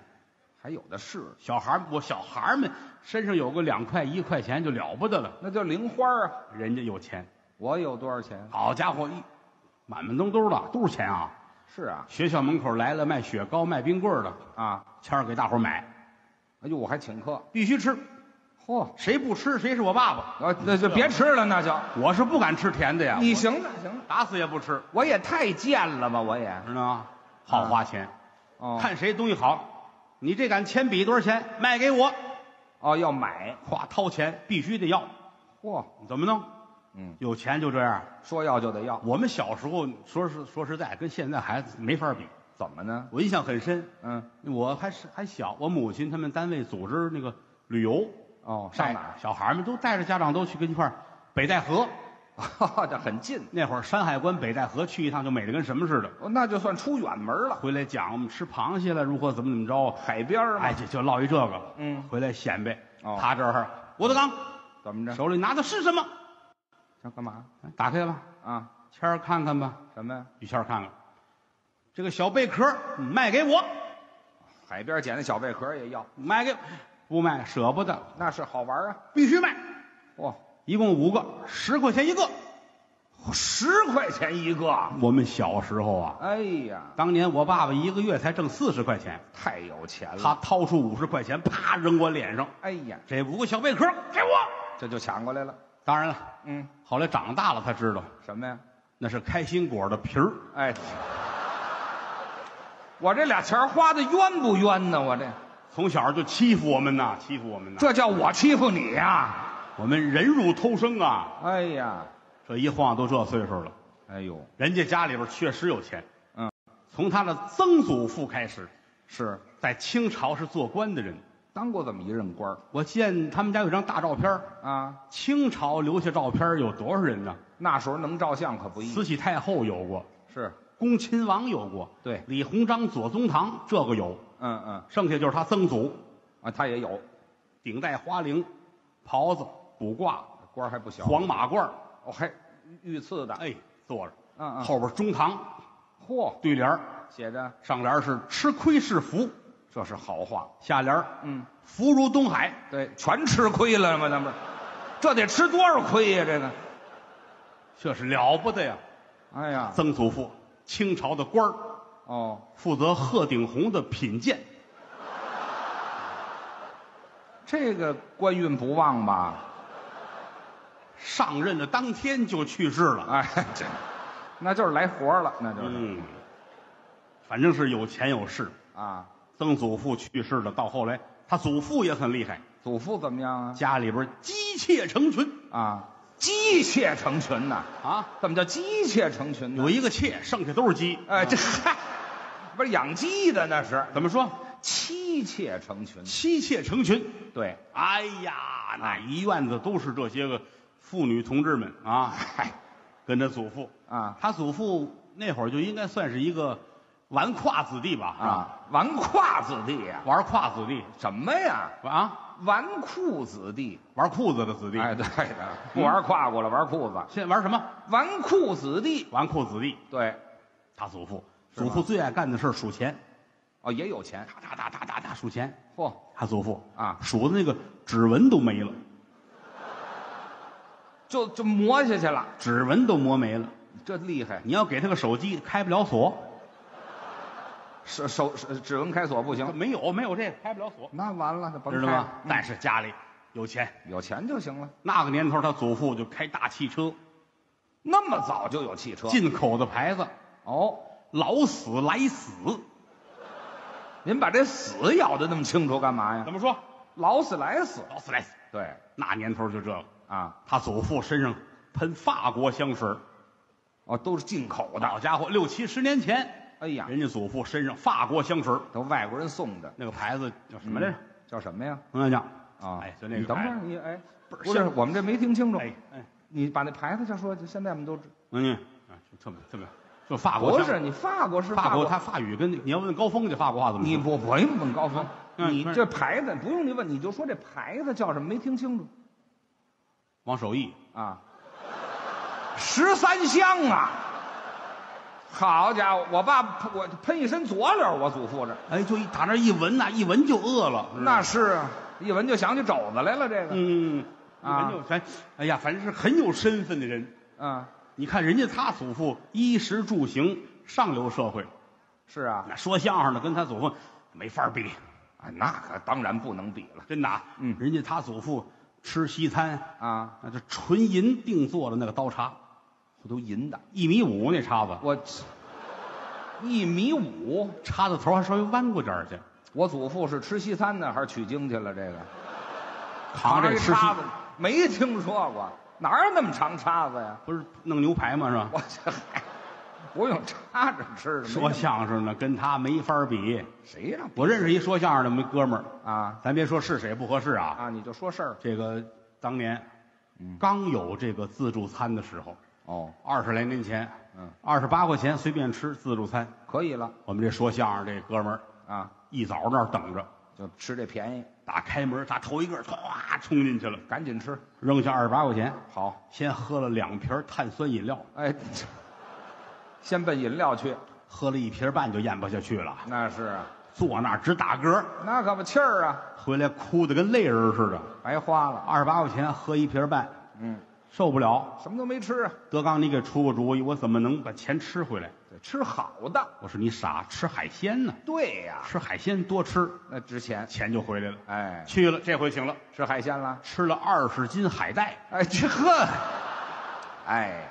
还有的是，
小孩儿我小孩儿们身上有个两块一块钱就了不得了，
那叫零花啊。
人家有钱。
我有多少钱？
好家伙，一满满兜兜的都是钱啊！
是啊
学校门口来了卖雪糕、卖冰棍儿的，
啊，
谦儿给大伙儿买，
哎呦，我还请客，
必须吃，
嚯、
谁不吃谁是我爸爸。
啊，那就别吃了，那就
我是不敢吃甜的呀，
你
我
行了行了，
打死也不吃，
我也太贱了吧，我也
知道吗？好花钱，
哦
看谁东西好，你这杆铅笔多少钱？卖给我，
哦要买，
咵掏钱，必须得要，
嚯、
怎么弄？
嗯，
有钱就这样。
说要就得要，
我们小时候说是说实在，跟现在孩子没法比。
怎么呢？
我印象很深，
嗯，
我还是还小，我母亲他们单位组织那个旅游，
哦，上
带
哪儿？
小孩们都带着家长都去跟一块儿北戴河。
哈， 这很近，
那会儿山海关、北戴河去一趟就美得跟什么似的。
哦那就算出远门了，
回来讲我们吃螃蟹了，如何怎么怎么着，
海边儿嘛。
哎，就就唠一这个。
嗯
回来显摆。
哦嗯
他这儿，郭德纲
怎么着？
手里拿的是什么？
要干嘛
打开吧，
啊？
谦儿看看吧，
什么呀？
于谦儿看看，这个小贝壳卖给我，
海边捡的小贝壳也要，
卖给不卖舍不得，
那是好玩啊！
必须卖。
哇、
一共五个，十块钱一个。
十块钱一个，
我们小时候啊，
哎呀，
当年我爸爸一个月才挣四十块钱，
太有钱了！
他掏出五十块钱，啪扔我脸上，
哎呀，
这五个小贝壳给我。
这就抢过来了。
当然了，
嗯，
后来长大了才知道
什么呀？
那是开心果的皮儿。
哎，我这俩钱花的冤不冤呢？我这
从小就欺负我们呐，欺负我们呐，
这叫我欺负你呀、
我们忍辱偷生啊！
哎呀，
这一晃都这岁数了，
哎呦，
人家家里边确实有钱。
嗯，
从他的曾祖父开始，
是
在清朝是做官的人。
当过这么一任官儿
我见他们家有张大照片儿，
啊，
清朝留下照片儿有多少人呢？
那时候能照相可不易。
慈禧太后有过，
是，
恭亲王有过，
对
李鸿章、左宗棠这个有，
嗯嗯，
剩下就是他曾祖，
啊，他也有
顶戴花翎，袍子、卜卦、
官儿还不小，
黄马褂儿，
哦，还御赐的，
哎，坐着，
嗯嗯，
后边中堂
嚯，
对联儿
写着
上联儿是吃亏是福，
这是好话，
下联儿
嗯，
福如东海，
对，全吃亏了吗？那不是，这得吃多少亏呀、这个，
这是了不得呀！
哎呀，
曾祖父，清朝的官儿，
哦，
负责鹤顶红的品鉴，
这个官运不旺吧？
上任的当天就去世了。
哎，这，那就是来活了，那就是、
嗯，反正是有钱有势。
啊，
曾祖父去世了，到后来他祖父也很厉害，
祖父怎么样啊？
家里边鸡妾成群，
啊，机械成群呐、
啊，
怎么叫机械成群呢？
有一个妾，剩下都是鸡。
哎，这嗨，不是养鸡的那是
怎么说？
妻妾成群。
妻妾成群。
对，
哎呀，那一院子都是这些个妇女同志们啊， 嗨，跟他祖父
啊
他祖父那会儿就应该算是一个纨绔子弟吧，是吧，
啊，纨绔子弟呀、
玩胯子弟
什么呀？
啊，
纨绔子弟。
玩裤子的子弟。
哎，对的，不玩胯骨了，玩裤子。
现在玩什么？
纨绔子弟。
纨绔子弟。
对，
他祖父，
是吗
祖父最爱干的事儿数钱，
哦，也有钱。
哒哒哒哒哒哒数钱。
嚯、
他祖父
啊
数的那个指纹都没了，
就就磨下去了，
指纹都磨没了。
这厉害。
你要给他个手机，开不了锁，
手手手指纹开锁不行，
没有没有这个开不了锁，
那完了，那甭
知道
嗯开
吗
了？
但是家里有钱，
有钱就行了。
那个年头他祖父就开大汽车，
那么早就有汽车
进口的牌子，
哦？
老死来死，
您把这死咬的那么清楚干嘛呀
怎？么说？
劳斯莱斯，
老死来死，
对
那年头就这个。
啊，
他祖父身上喷法国香水儿，
哦，都是进口的。
好家伙，六七十年前，
哎呀，
人家祖父身上法国香水儿，
都外国人送的，嗯
那个牌子叫什么来着？
叫什么呀？
我跟你讲
啊，
哎，就那个
你等会
牌
儿，
子
你哎，
不
不是，我们这没听清楚。
哎哎，
你把那牌子再说，现在我们都知。
嗯，啊就特别特别，就法国
不
香水
是，你法国是
法
国，
国，他法语跟你要问高峰去法国话怎么说？
你不不用问高峰，
嗯
你
不是
这牌子不用你问，你就说这牌子叫什么，没听清楚
王守义，
啊。十三香啊，好家伙，我爸喷我喷一身佐料，我祖父这
哎，就一打那一闻呐、一闻就饿了。
那是啊一闻就想起肘子来了，这个
嗯，一
啊
闻就全，哎呀，反正是很有身份的人。
啊，
你看人家他祖父衣食住行上流社会，
是啊，
那说相声的跟他祖父没法比，
啊，那可当然不能比了
真的啊。
嗯
人家他祖父吃西餐，
啊，
那就纯银定做的那个刀叉，
都银的，
一米五那叉子，
我一米五，
叉子头还稍微弯过点儿去，
我祖父是吃西餐呢，还是取经去了？这个
扛着
一
这吃西
叉子没听说过，哪有那么长叉子呀？
不是弄牛排吗？是吧？
我这还不用叉着吃的，没
说相声的跟他没法比。
谁让
我认识一说相声的没哥们儿，
啊
咱别说是谁不合适啊。
啊？你就说事儿
这个当年，
嗯
刚有这个自助餐的时候，
哦，
二十来年前，
嗯，
二十八块钱随便吃自助餐。
可以了
我们这说相声这哥们儿
啊，
一早那儿等着，
就吃这便宜，
打开门他头一个唰冲进去了，
赶紧吃
扔下二十八块钱，
好。
先喝了两瓶碳酸饮料，
哎， 这先奔饮料去，
喝了一瓶半就咽不下去了，
那是啊，
坐那儿直打嗝，
那可不气儿啊，
回来哭的跟泪人似的。
白花了，
二十八块钱喝一瓶半，
嗯，
受不了。
什么都没吃啊，
德刚，你给出个主意，我怎么能把钱吃回来？
得吃好的。
我说你傻，吃海鲜呢，
对呀、
吃海鲜多吃，
那值钱。
钱就回来了。
哎，
去了，这回请了，
吃海鲜了。
吃了二十斤海带，
哎，这呵，哎，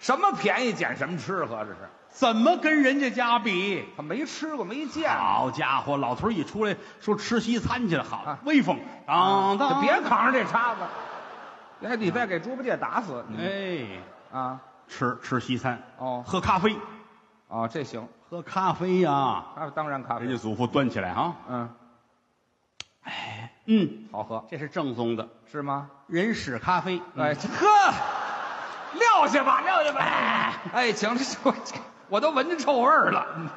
什么便宜捡什么吃，合着是
怎么跟人家家比？
他没吃过没见过
好家伙，老头儿一出来说吃西餐去了，好
啊
威风，当
就
当，
别扛着这叉子。哎，你再给猪八戒打死你、
嗯哎，
啊！
吃吃西餐，
哦
喝咖啡，
哦，这行，
喝咖啡呀、
咖当然咖
人家
啡，
祖父端起来啊，
嗯，
嗯，
好喝
这是正宗的
是吗？
人屎咖啡，
哎，这呵，撂下吧，撂下吧！哎，行了，我我都闻见臭味儿了，嗯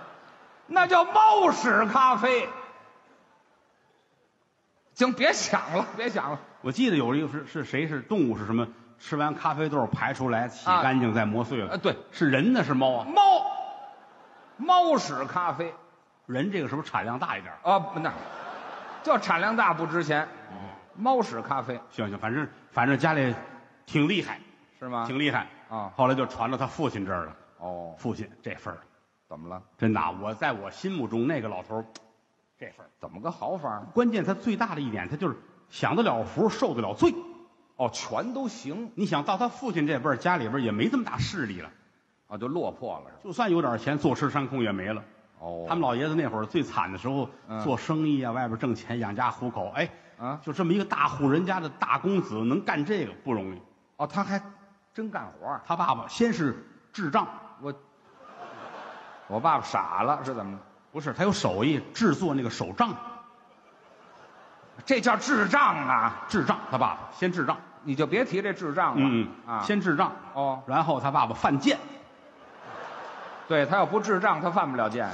那叫猫屎咖啡。行，别想了，别想了
我记得有一个是是谁是动物是什么？吃完咖啡豆排出来，洗干净再磨碎了。
啊！对，
是人呢是猫啊？
猫，猫屎咖啡
人这个是不是产量大一点儿？
啊，不那叫产量大不值钱，猫屎咖啡
行行，反正反正家里挺厉害，
是吗？
挺厉害
啊
后来就传到他父亲这儿了。
哦，
父亲这份儿
怎么了？
真的啊，我在我心目中那个老头儿，这份儿
怎么个好法儿？
关键他最大的一点，他就是享得了福，受得了罪。
哦，全都行
你想到他父亲这辈儿，家里边儿也没这么大势力了，
啊，就落魄了是吧？
就算有点钱，坐吃山空也没了。
哦，
他们老爷子那会儿最惨的时候，
嗯
做生意啊，外边挣钱养家糊口，哎，
啊
就这么一个大户人家的大公子能干这个不容易。
哦，他还真干活儿。
他爸爸先是智障，
我我爸爸傻了是怎么着？
不是他有手艺制作那个手杖，
这叫智障啊！
智障他爸爸先智障，
你就别提这智障了、啊！
嗯先智障
哦
然后他爸爸犯贱，
对他要不智障，他犯不了贱。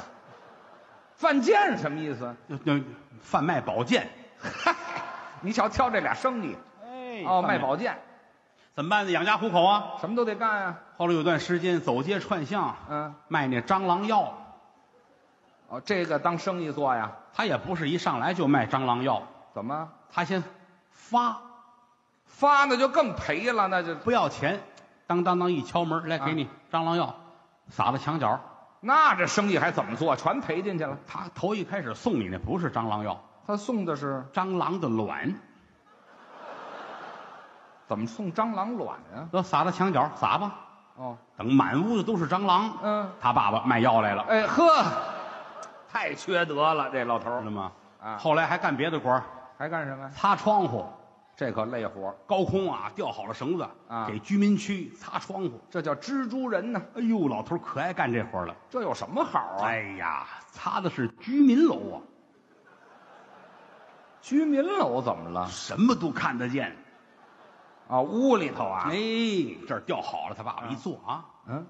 犯贱什么意思？
就就贩卖宝 剑，
嗨，你瞧挑这俩生意
哎
哦，卖宝剑，
怎么办呢？养家糊口啊。
什么都得干啊。
后来有段时间走街串巷，
嗯，
卖那蟑螂药，
哦，这个当生意做呀？
他也不是一上来就卖蟑螂药，
怎么
他先发
发那就更赔了？那就
不要钱，当当当一敲门，来
啊
给你蟑螂药，撒到墙角。
那这生意还怎么做？全赔进去了。
他头一开始送你那不是蟑螂药，
他送的是
蟑螂的卵，
怎么送蟑螂卵啊？
都撒到墙角撒吧。
哦，
等满屋子都是蟑螂，
嗯，
他爸爸卖药来了，
哎呵，太缺德了，这老头
知道
儿
吗？
啊
后来还干别的活儿
还干什么呀？
擦窗户，
这可累活儿，
高空啊吊好了绳子，
啊
给居民区擦窗户。
这叫蜘蛛人呢。
哎呦，老头儿可爱干这活儿了。
这有什么好啊？
哎呀，擦的是居民楼啊，
居民楼怎么了？
什么都看得见。
啊，屋里头啊
哎，，这儿吊好了，他爸爸一坐啊，
嗯，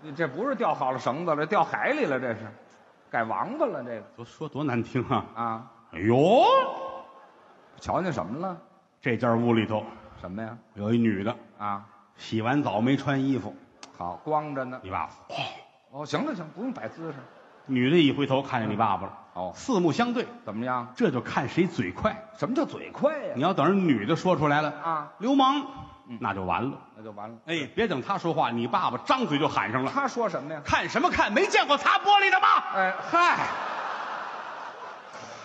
你这不是掉好了绳子了，这掉海里了，这是改王八了，这个
说说多难听啊！
啊，
哎呦，
瞧见什么了？
这间屋里头
什么呀？
有一女的，
啊，
洗完澡没穿衣服，
好，光着呢。
你爸爸，哦
哦，行了行，不用摆姿势。
女的一回头看见你爸爸了，
哦，
四目相对，
怎么样？
这就看谁嘴快。
什么叫嘴快呀
你？要等着女的说出来了
啊，
流氓，那就完了。
那就完了。
哎，别等她说话，你爸爸张嘴就喊上了。
他说什么呀？
看什么看？没见过擦玻璃的吗？
哎嗨，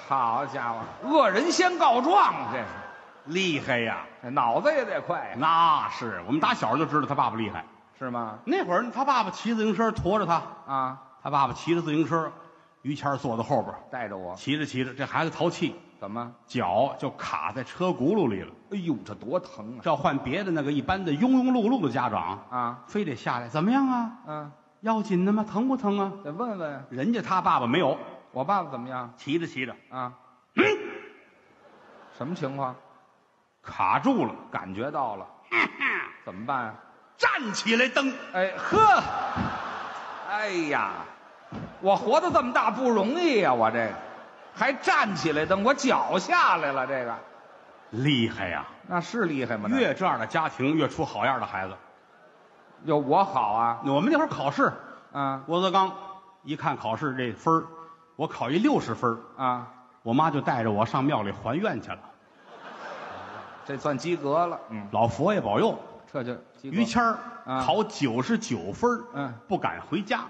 好家伙，恶人先告状，这是
厉害呀！
这脑子也得快呀，
那是我们打小就知道他爸爸厉害。
是吗？
那会儿他爸爸骑自行车驮着他，
啊，
他爸爸骑着自行车，于谦儿坐在后边儿，
带着我
骑着骑着，这孩子淘气，
怎么？
脚就卡在车轱辘里了。
哎呦，这多疼啊！
这要换别的那个一般的庸庸碌碌的家长，
啊，
非得下来怎么样啊？
嗯、
要紧的吗？疼不疼啊？
得问问
人家他爸爸没有，
我爸爸怎么样
骑着骑着
啊？什么情况？
卡住了，
感觉到了，怎么办、啊？
站起来蹬，
哎呵，哎呀，我活得这么大不容易呀、我这个还站起来蹬，我脚下来了，这个
厉害呀、
那是厉害吗？那
越这样的家庭，越出好样的孩子。
有我好啊，
我们那会儿考试，
啊
郭德纲一看考试这分儿，我考一六十分儿，
啊，
我妈就带着我上庙里还愿去了。
这算及格了，嗯，
老佛爷保佑，
这就及格
于。谦儿
啊
考九十九分儿，
嗯
不敢回家。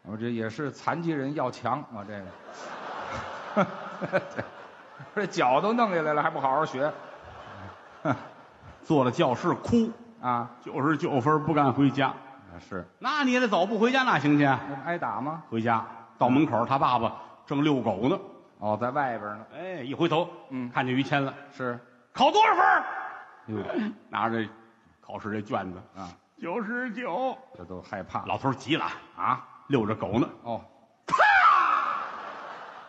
我这也是残疾人要强，我这个， 这脚都弄下来了，还不好好学
坐了教室哭，
啊？
九十九分儿不敢回家。
是，
那你也得走，不回家哪行去？啊
那不挨打吗？
回家到门口，他爸爸正遛狗呢。
哦，在外边呢。
哎，一回头，
嗯
看见于谦了，
是，
考多少分儿？
哟
拿着考试这卷子，
啊，
九十九。
这都害怕了
老头儿急了啊，遛着狗呢，
哦。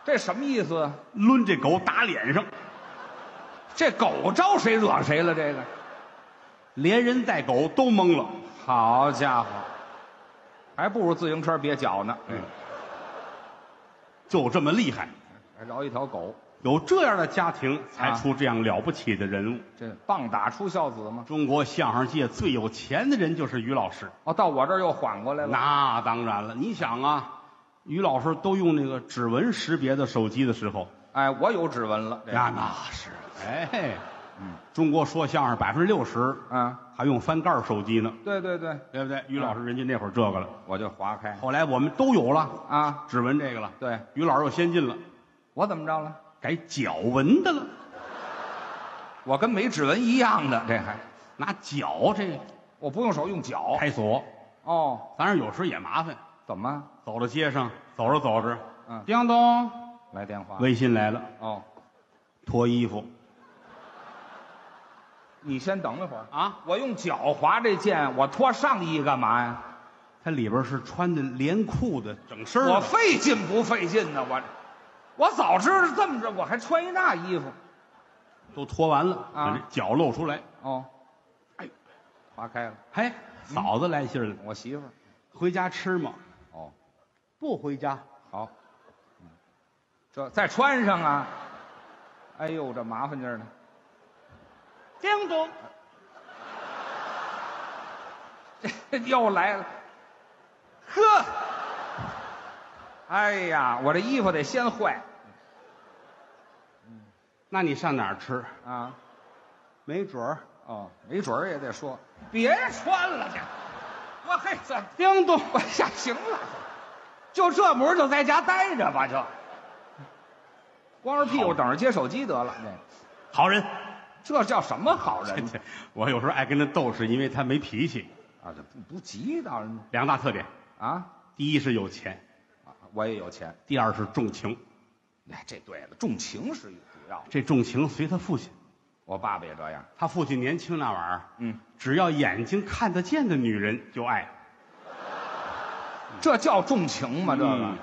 这什么意思？啊
抡这狗打脸上，
这狗招谁惹谁了？这个，
连人带狗都懵了。
好家伙，还不如自行车别脚呢。
嗯，就这么厉害。
还饶一条狗，
有这样的家庭，才
啊
出这样了不起的人物。
这棒打出孝子吗？
中国相声界最有钱的人就是于老师。
哦，到我这儿又缓过来了。
那当然了，你想啊，于老师都用那个指纹识别的手机的时候，
哎，我有指纹了。这
那那是哎，
嗯，
中国说相声百分之六十
啊，
还用翻盖手机呢，
对对对，
对不对？于老师人家那会儿这个了，
我就划开
后来我们都有了
啊。
指纹这个了，
对
于老师又先进了，
我怎么着了？
改脚纹的了，
我跟没指纹一样的，这还
拿脚这个
我不用手用脚。
开锁，
哦，
当然有时候也麻烦。
怎么
走到街上，走着走着，
嗯
叮咚，
来电话？
微信来了，
哦，
脱衣服，
你先等一会儿
啊！
我用脚划这剑，我脱上衣干嘛呀？
它里边是穿的连裤的，整身儿
我
的。
费劲不费劲呢？我，我早知道这么着，我还穿一那衣服。
都脱完了
啊
把这脚露出来。
哦，哎，划开了，
嘿，嫂子来信儿了，
我媳妇儿。
回家吃吗？
哦，
不回家，
好，嗯，这再穿上啊。哎呦，这麻烦劲儿呢。
叮咚，
又来了，呵，哎呀，我这衣服得先坏
那你上哪儿吃？
啊！
没准儿。
哦，没准儿也得说，别穿了这，我嘿这，
叮咚，
我呀行了，就这模儿就在家待着吧，就光着屁股等着接手机得了。
好人。
这这叫什么好人
这 我有时候爱跟他斗，是因为他没脾气。
啊？这不不急到人
两大特点：
啊！
第一是有钱，
我也有钱，
第二是重情。
哎，这对了，重情是主要。
这重情随他父亲，
我爸爸也这样，
他父亲年轻那玩意儿，
嗯，
只要眼睛看得见的女人就爱。
这叫重情吗？这个、
嗯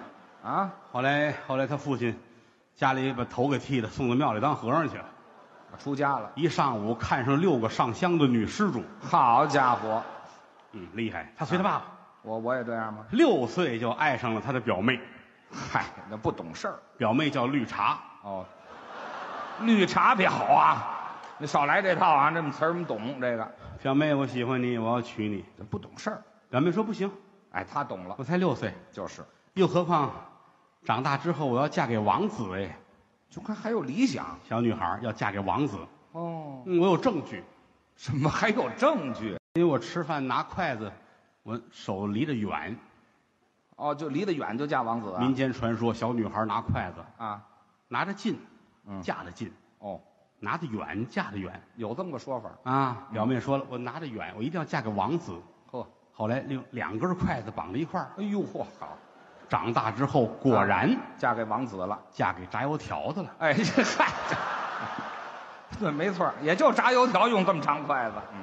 啊。
后来后来他父亲家里把头给剃了，送到庙里当和尚去了。
出家了。
一上午看上六个上香的女施主，
好家伙，
嗯，厉害。他随他爸爸，
我我也这样吗？
六岁就爱上了他的表妹，
嗨，那不懂事儿
表妹叫绿茶，
哦。绿茶婊啊，你少来这套啊！这么词儿我们懂这个，
表妹我喜欢你，我要娶你。
这不懂事儿。
表妹说不行，
哎，他懂了
我，才六岁，
就是，
又何况长大之后我要嫁给王子哎，
就看还有理想
小女孩要嫁给王子，
哦。
嗯，我有证据。
什么还有证据？
因为我吃饭拿筷子，我手离得远。
哦，就离得远就嫁王子啊
民？间传说，小女孩拿筷子，
啊，
拿得近，
嗯
架得近；
哦，嗯
拿得远，架得远。
有这么个说法。
啊，表妹说了，我拿得远，我一定要嫁给王子。
呵，
后来两两根筷子绑在一块儿，
哎呦嚯，好，
长大之后
啊
果然
嫁给王子了。
嫁给炸油条的了。
哎，这嗨， 这对，没错儿，也就炸油条用这么长筷子。嗯。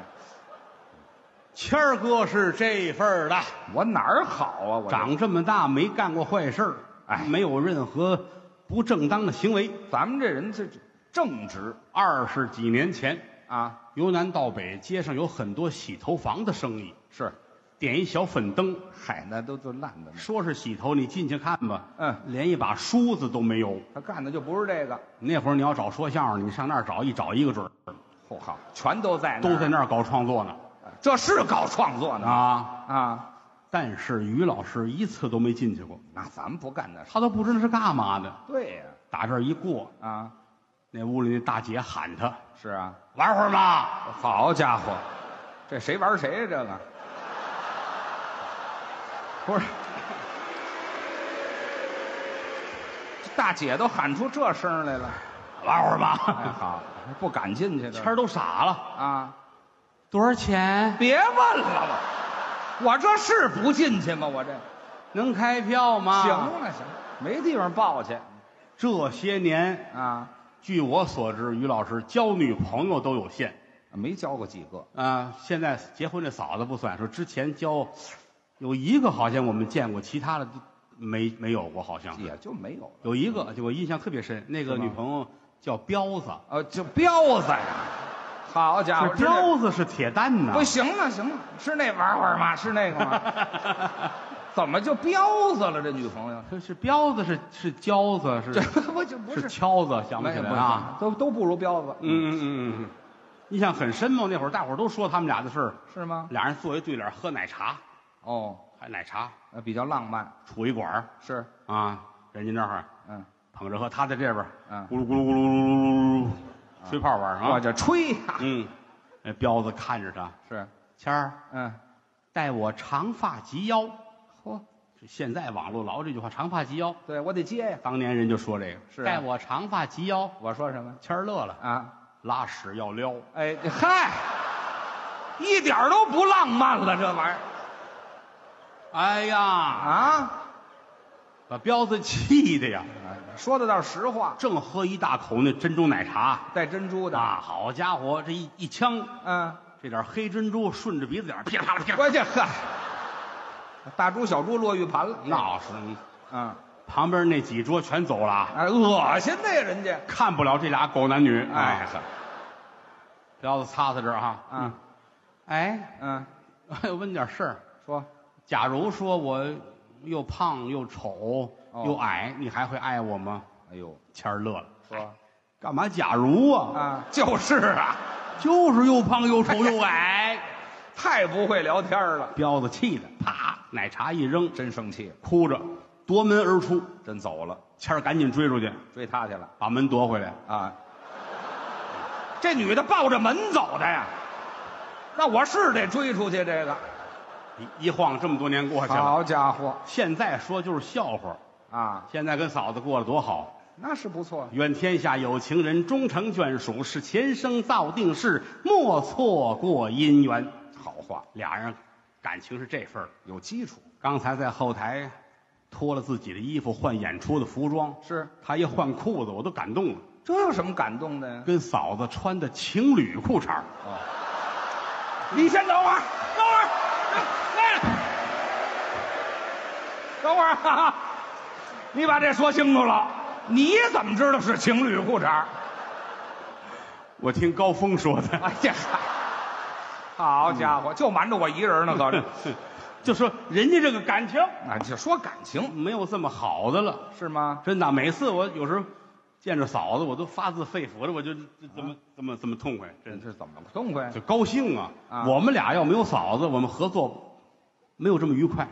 谦儿哥是这份儿的，
我哪儿好啊？我这
长这么大没干过坏事儿，
哎
没有任何不正当的行为。
咱们这人这正直
二十几年前，
啊，
由南到北，街上有很多洗头房的生意，
是，
点一小粉灯，
嗨，那都就烂的呢。
说是洗头，你进去看吧。
嗯，
连一把梳子都没有。
他干的就不是这个，
那会儿你要找说相声，你上那儿找，一找一个准儿，
嚯、好，全都在那
都
儿呃
在那儿搞创作呢
这是搞创作呢
啊。
啊！
但是于老师一次都没进去过，
那咱们不干那事。
他都不知道是干嘛的。
对呀、
打这儿一过，
啊，
那屋里那大姐喊他
是啊，
玩会儿嘛，
好家伙，这谁玩谁呀、这个不是，这大姐都喊出这声儿来了。
玩会儿
哎，
嘛。
好，不敢进去
谦儿
这
都傻了，
啊。
多少钱？
别问了我，我这是不进去吗？我这、
能开票吗？
行。了行了，没地方报去
这些年，
啊，
据我所知，于老师交女朋友都有限
没交过几个，
啊、现在结婚这嫂子不算，说之前交有一个，好像我们见过，其他的都没没有过，好像
也就没有了。嗯
有一个，就我印象特别深，那个
是吗
女朋友叫彪子。
呃，就彪子呀，好家伙，
这彪子是铁蛋呐！
不行了行了，是那玩会儿吗？是那个 吗？怎么就彪子了？这女朋友，
这 是彪子，是是焦子，是
这不就不
是
是
敲子，想不起来了啊。，
没有没有都都不如彪子，
嗯嗯嗯嗯，印象很深嘛。那会儿大伙儿都说他们俩的事儿，
是吗？
俩人坐一对脸喝奶茶，
哦，
还奶茶
呃比较浪漫，
杵一管儿
是，
啊，人家那儿
嗯，
捧着喝，他在这边
嗯
咕噜咕噜咕噜咕噜咕噜咕噜，吹泡玩儿
我
啊。
这吹呀，
嗯，那彪子看着他，
是，
谦儿
嗯，
带我长发及腰。
嚯，
现在网络老这句话，长发及腰。
对我得接呀。
当年人就说这个，
是啊
带我长发及腰。
我说什么
谦儿乐了，
啊？
拉屎要撩，
哎，嗨，一点儿都不浪漫了，这玩意儿
哎呀，
啊！
把彪子气的呀，
哎说的倒是实话，
正喝一大口那珍珠奶茶
带珍珠的，
啊，好家伙，这一一呛，
嗯，
这点黑珍珠顺着鼻子眼儿噼里啪啦噼里啪啦，
关键呵，大猪小猪落玉盘了，
闹是你
啊，
旁边那几桌全走了啊，
哎，恶心的呀，人家，
看不了这俩狗男女。
哎
啊，彪子擦擦这儿哈。嗯
啊，
哎，
嗯，
我问点事儿，
说
假如说我又胖又丑
哦
又矮，你还会爱我吗？
哎呦，
谦儿乐了，
说
干嘛？假如啊，
啊，就是啊，
就是又胖又丑又矮。
太不会聊天了，
彪子气的，啪，奶茶一扔，
真生气了，
哭着夺门而出。
真走了，
谦儿赶紧追出去，
追他去了
把门夺回来。
啊。这女的抱着门走的呀，那我是得追出去这个。
一一晃这么多年过去了，
好家伙
现在说就是笑话。
啊，
现在跟嫂子过得多好。
那是不错。
愿天下有情人终成眷属，是前生造定事，莫错过姻缘。
好话
俩人感情是这份儿。
有基础
刚才在后台脱了自己的衣服换演出的服装，
是，
他一换裤子，我都感动了。
这有什么感动的呀？
跟嫂子穿的情侣裤衩儿
哦你先啊等会儿，等会儿，来，等会儿啊！你把这说清楚了，你怎么知道是情侣裤衩？
我听高峰说的，
哎呀，好家
嗯
伙，就瞒着我一人呢，合着。
就说人家这个感情
啊，就说感情
没有这么好的了。
是吗？
真的，每次我有时候见着嫂子，我都发自肺腑的，我就就怎
啊
么怎么怎么痛快，真
这
是
是怎么痛快？
就高兴啊！
嗯啊
我们俩要没有嫂子，我们合作没有这么愉快。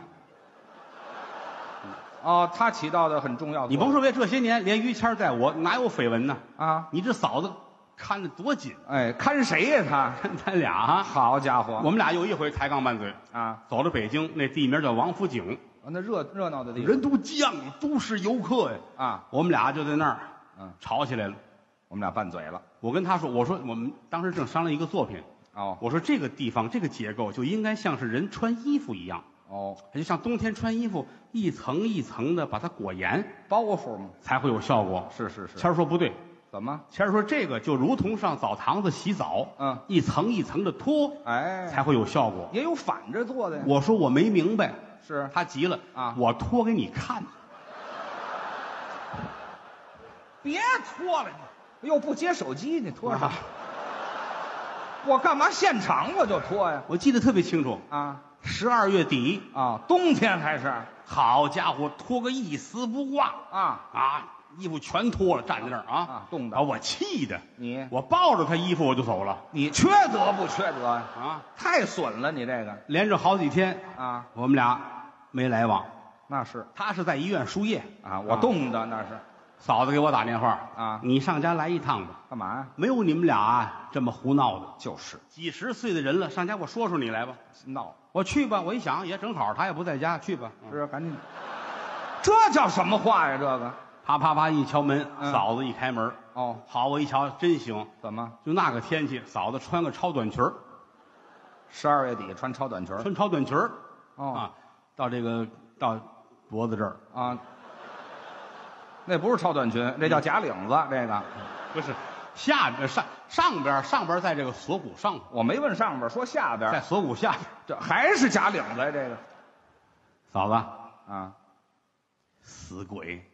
哦，他起到的很重要的
你
作
甭
用。
说别这些年，连于谦儿在我哪有绯闻呢？
啊，
你这嫂子看得多紧，
哎，看谁呀、
咱俩啊
他？，好家伙，
我们俩有一回抬杠拌嘴，
啊，
走到北京，那地名叫王府井，
那热热闹的地方
人都犟，都是游客呀。
啊，
我们俩就在那儿，
嗯，
吵起来了。
我们俩拌嘴了。
我跟他说，我说我们当时正商量一个作品，
哦
我说这个地方这个结构就应该像是人穿衣服一样，
哦，
就像冬天穿衣服一层一层的把它裹严，
包袱嘛，
才会有效果。
是是是，
谦儿说不对，
怎么？
谦儿说这个就如同上澡堂子洗澡，
嗯，
一层一层的脱
哎，
才会有效果。
也有反着做的呀。
我说我没明白，
是
他急了
啊
我脱给你看，
别脱了你，又不接手机，你脱啥
啊？
我干嘛现场我就脱呀？
我记得特别清楚，
啊
十二月底，
啊，冬天还是
好家伙，脱个一丝不挂
啊
啊，衣服全脱了，站在那儿啊
啊冻得
把我气的，
你
我抱着他衣服我就走了
你缺德不缺德呀？
啊，
太损了你这个
连着好几天，
啊！
我们俩没来往。
那是
他是在医院输液
啊，我冻的那是
嫂子给我打电话
啊
你上家来一趟吧，
干嘛呀？
没有你们俩啊这么胡闹的。
就是
几十岁的人了，上家我说说你来吧。
闹，
我去吧，我一想也正好，他也不在家，去吧。
是赶紧，这叫什么话呀？这个
啪啪啪一敲门，
嗯
嫂子一开门，
哦，
好，我一瞧真行，
怎么？
就那个天气，嫂子穿个超短裙儿
十二月底穿超短裙儿
穿超短裙儿
哦
啊，到这个到脖子这儿，
啊，那不是超短裙，那叫假领子。这个
不是下边上上边上边在这个锁骨上头，
我没问上边，说下边
在
儿，
锁骨下边。
这还是假领子呀？这个
嫂子，
啊，
死鬼，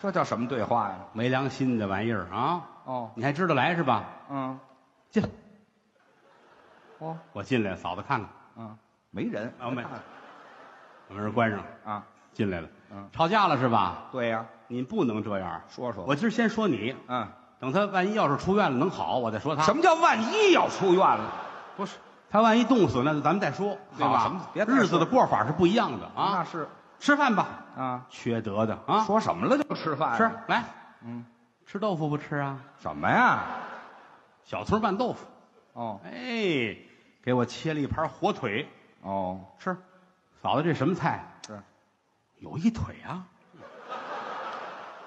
这叫什么对话呀？
没良心的玩意儿啊！
哦，
你还知道来是吧？
嗯，
进，
哦，
我进来，嫂子看看，
嗯，没人
啊没把门关上，
啊，
进来了。
嗯，
吵架了是吧？
对呀，
你不能这样。
说说
我今儿先说你，
嗯，
等他万一要是出院了能好，我再说他。
什？么叫万一要出院了？
不是，他万一冻死，那咱们再说，对吧？
什么别再说
日子的过法是不一样的
那
啊。
是
吃饭吧，
啊，
缺德的啊！
说什么了就吃饭？
吃来，
嗯，
吃豆腐不吃啊？
什么呀？
小葱拌豆腐，
哦
哎，给我切了一盘火腿
哦，
吃。嫂子，这什么菜？啊
是
有一腿啊！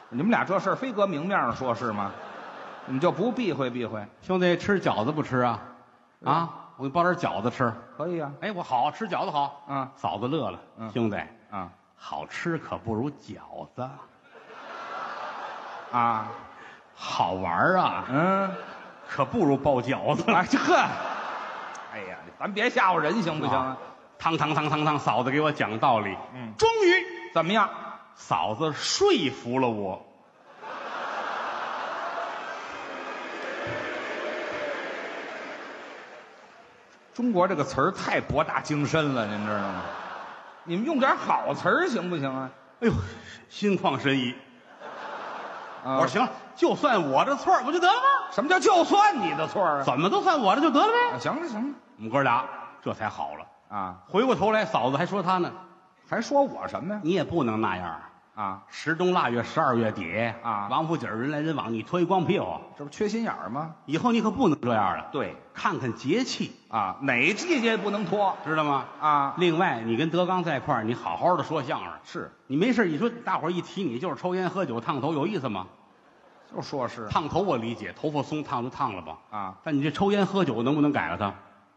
你们俩这事儿非搁明面上说是吗？你们就不避讳避讳？
兄弟，吃饺子不吃啊？啊，我给你包点饺子吃。
可以啊，
哎，我好吃饺子好。
啊
嫂子乐了，
嗯
兄弟，
啊，
好吃可不如饺子。
啊，
好玩儿啊，
嗯，
可不如包饺子
哎这，哎呀，咱别吓唬人行不行啊？
汤汤汤汤汤，嫂子给我讲道理，
嗯
终于
怎么样？
嫂子说服了我。
中国这个词儿太博大精深了，您知道吗？你们用点好词儿行不行啊？
哎呦，心旷神怡。
啊
我说行了，就算我的错儿不就得了吗？
什么叫就算你的错儿啊？
怎么都算我的就得了呗。
啊行了行了
我们哥俩这才好了。
啊，
回过头来，嫂子还说他呢，
还说我什么呀？
你也不能那样儿。
啊，
十冬腊月十二月底
啊
王府井人来人往，你脱一光屁股，
这不缺心眼儿吗？
以后你可不能这样了。
对
看看节气，
啊，哪季节不能脱
知道吗？
啊？
另外，你跟德刚在一块儿，你好好的说相声。
是，
你没事，你说大伙儿一提你就是抽烟喝酒烫头，有意思吗？
就说是
烫头我理解，头发松烫就烫了吧。
啊，
但你这抽烟喝酒能不能改了它？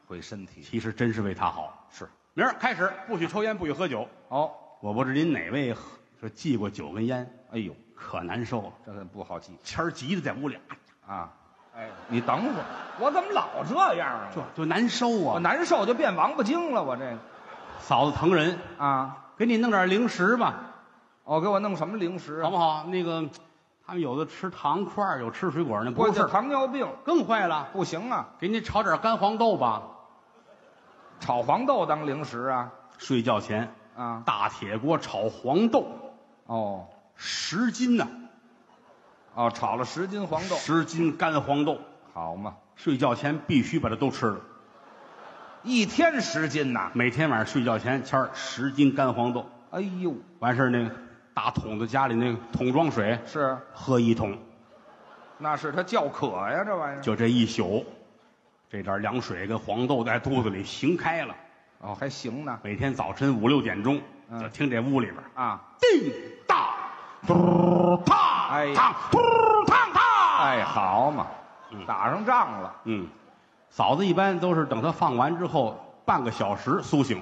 毁身体
其实真是为他好。
是
明儿开始不许抽烟，不许喝酒。
哦。
我不知您哪位喝说忌过酒跟烟，
哎呦，
可难受啊了。
这个不好记
谦儿急的在屋里，哎呀
啊！哎，你等会儿，我怎么老这样啊？
就就难受
我
啊。
难受就变王八精了，我这个
嫂子疼人，
啊，
给你弄点零食吧，
哦，给我弄什么零食
好
啊？
不好？那个，他们有的吃糖块儿，有吃水果儿，那不
我
是事
这
儿，
糖尿病
更坏了。
不行啊，
给您炒点干黄豆吧。
炒黄豆当零食啊
睡觉前，
啊
大铁锅炒黄豆，
哦
十斤呐、
哦，炒了十斤黄豆，
十斤干黄豆。
好嘛，
睡觉前必须把它都吃了。
一天十斤呐！
每天晚上睡觉前，谦儿十斤干黄豆，
哎呦，
完事儿那个大桶子家里那个桶装水
是，
喝一桶，
那是他叫渴呀，这玩意儿
就这一宿，这点凉水跟黄豆在肚子里行开了。
哦，还行呢
每天早晨五六点钟，
嗯
就听这屋里边儿
啊！
叮当，嘟烫，
哎
烫，嘟烫烫。
哎，好嘛，打上仗了，
嗯，嫂子一般都是等他放完之后半个小时苏醒。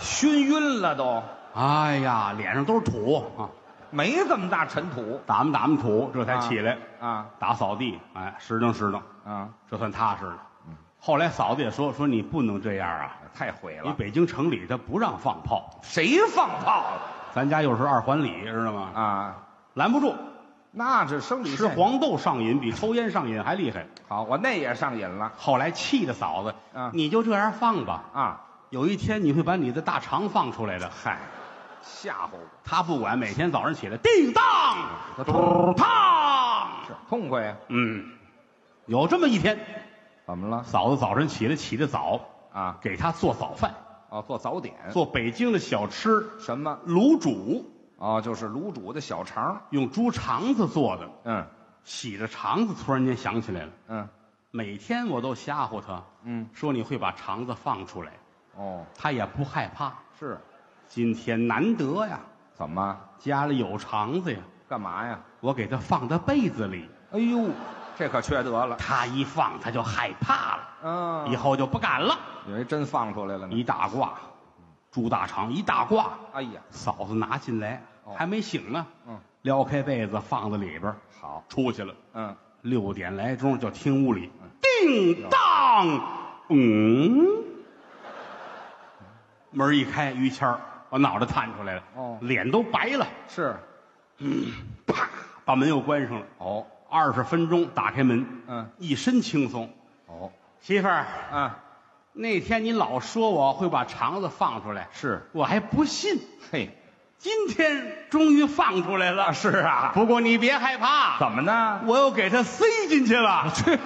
熏晕了都，
哎呀，脸上都是土啊，
没这么大尘土
打扮打扮土，这才
啊
起来。
啊
打扫地，哎，拾掇拾掇，
啊，
这算踏实了。
嗯
后来嫂子也说说你不能这样啊，
太毁
你
了，
北京城里他不让放炮，
谁放炮了
咱家又是二环里，知道吗？
啊？
拦不住，
那这生理
吃
现
黄豆上瘾比抽烟上瘾还厉害。
好，我那也上瘾了
后来气的嫂子
啊，
你就这样放吧，
啊！
有一天你会把你的大肠放出来的。
嗨，吓唬我，
他不管，每天早上起来叮当，
他
嘟
痛
烫，
是痛快呀？
嗯，有这么一天，
怎么了
嫂子早晨起来起得早，
啊？
给他做早饭，
哦，做早点
做北京的小吃
什么？
卤煮，
哦，就是卤煮的小肠。
用猪肠子做的，
嗯
洗着肠子，突然间想起来了，
嗯
每天我都吓唬他，
嗯，
说你会把肠子放出来，
哦，
他也不害怕。
是，
今天难得呀，
怎么？
家里有肠子呀，
干嘛呀？
我给他放在被子里，
哎呦，这可缺德了。
他一放他就害怕了，
嗯
以后就不敢了。
以为真放出来了呢。
一大挂，猪大肠一大挂，
哎呀，
嫂子拿进来
哦
还没醒呢，
嗯，
撩开被子放在里边，
好，
出去了。
嗯，
六点来钟就听屋里叮当，嗯，门一开，于谦儿把脑袋探出来了，
哦
脸都白了，
是，
啪，把门又关上了。
哦，
二十分钟打开门，
嗯，
一身轻松。
哦，
媳妇儿，
啊，
那天你老说我会把肠子放出来，
是，
我还不信，
嘿，
今天终于放出来了。
是啊，
不过你别害怕，
怎么呢？
我又给它塞进去了。
去，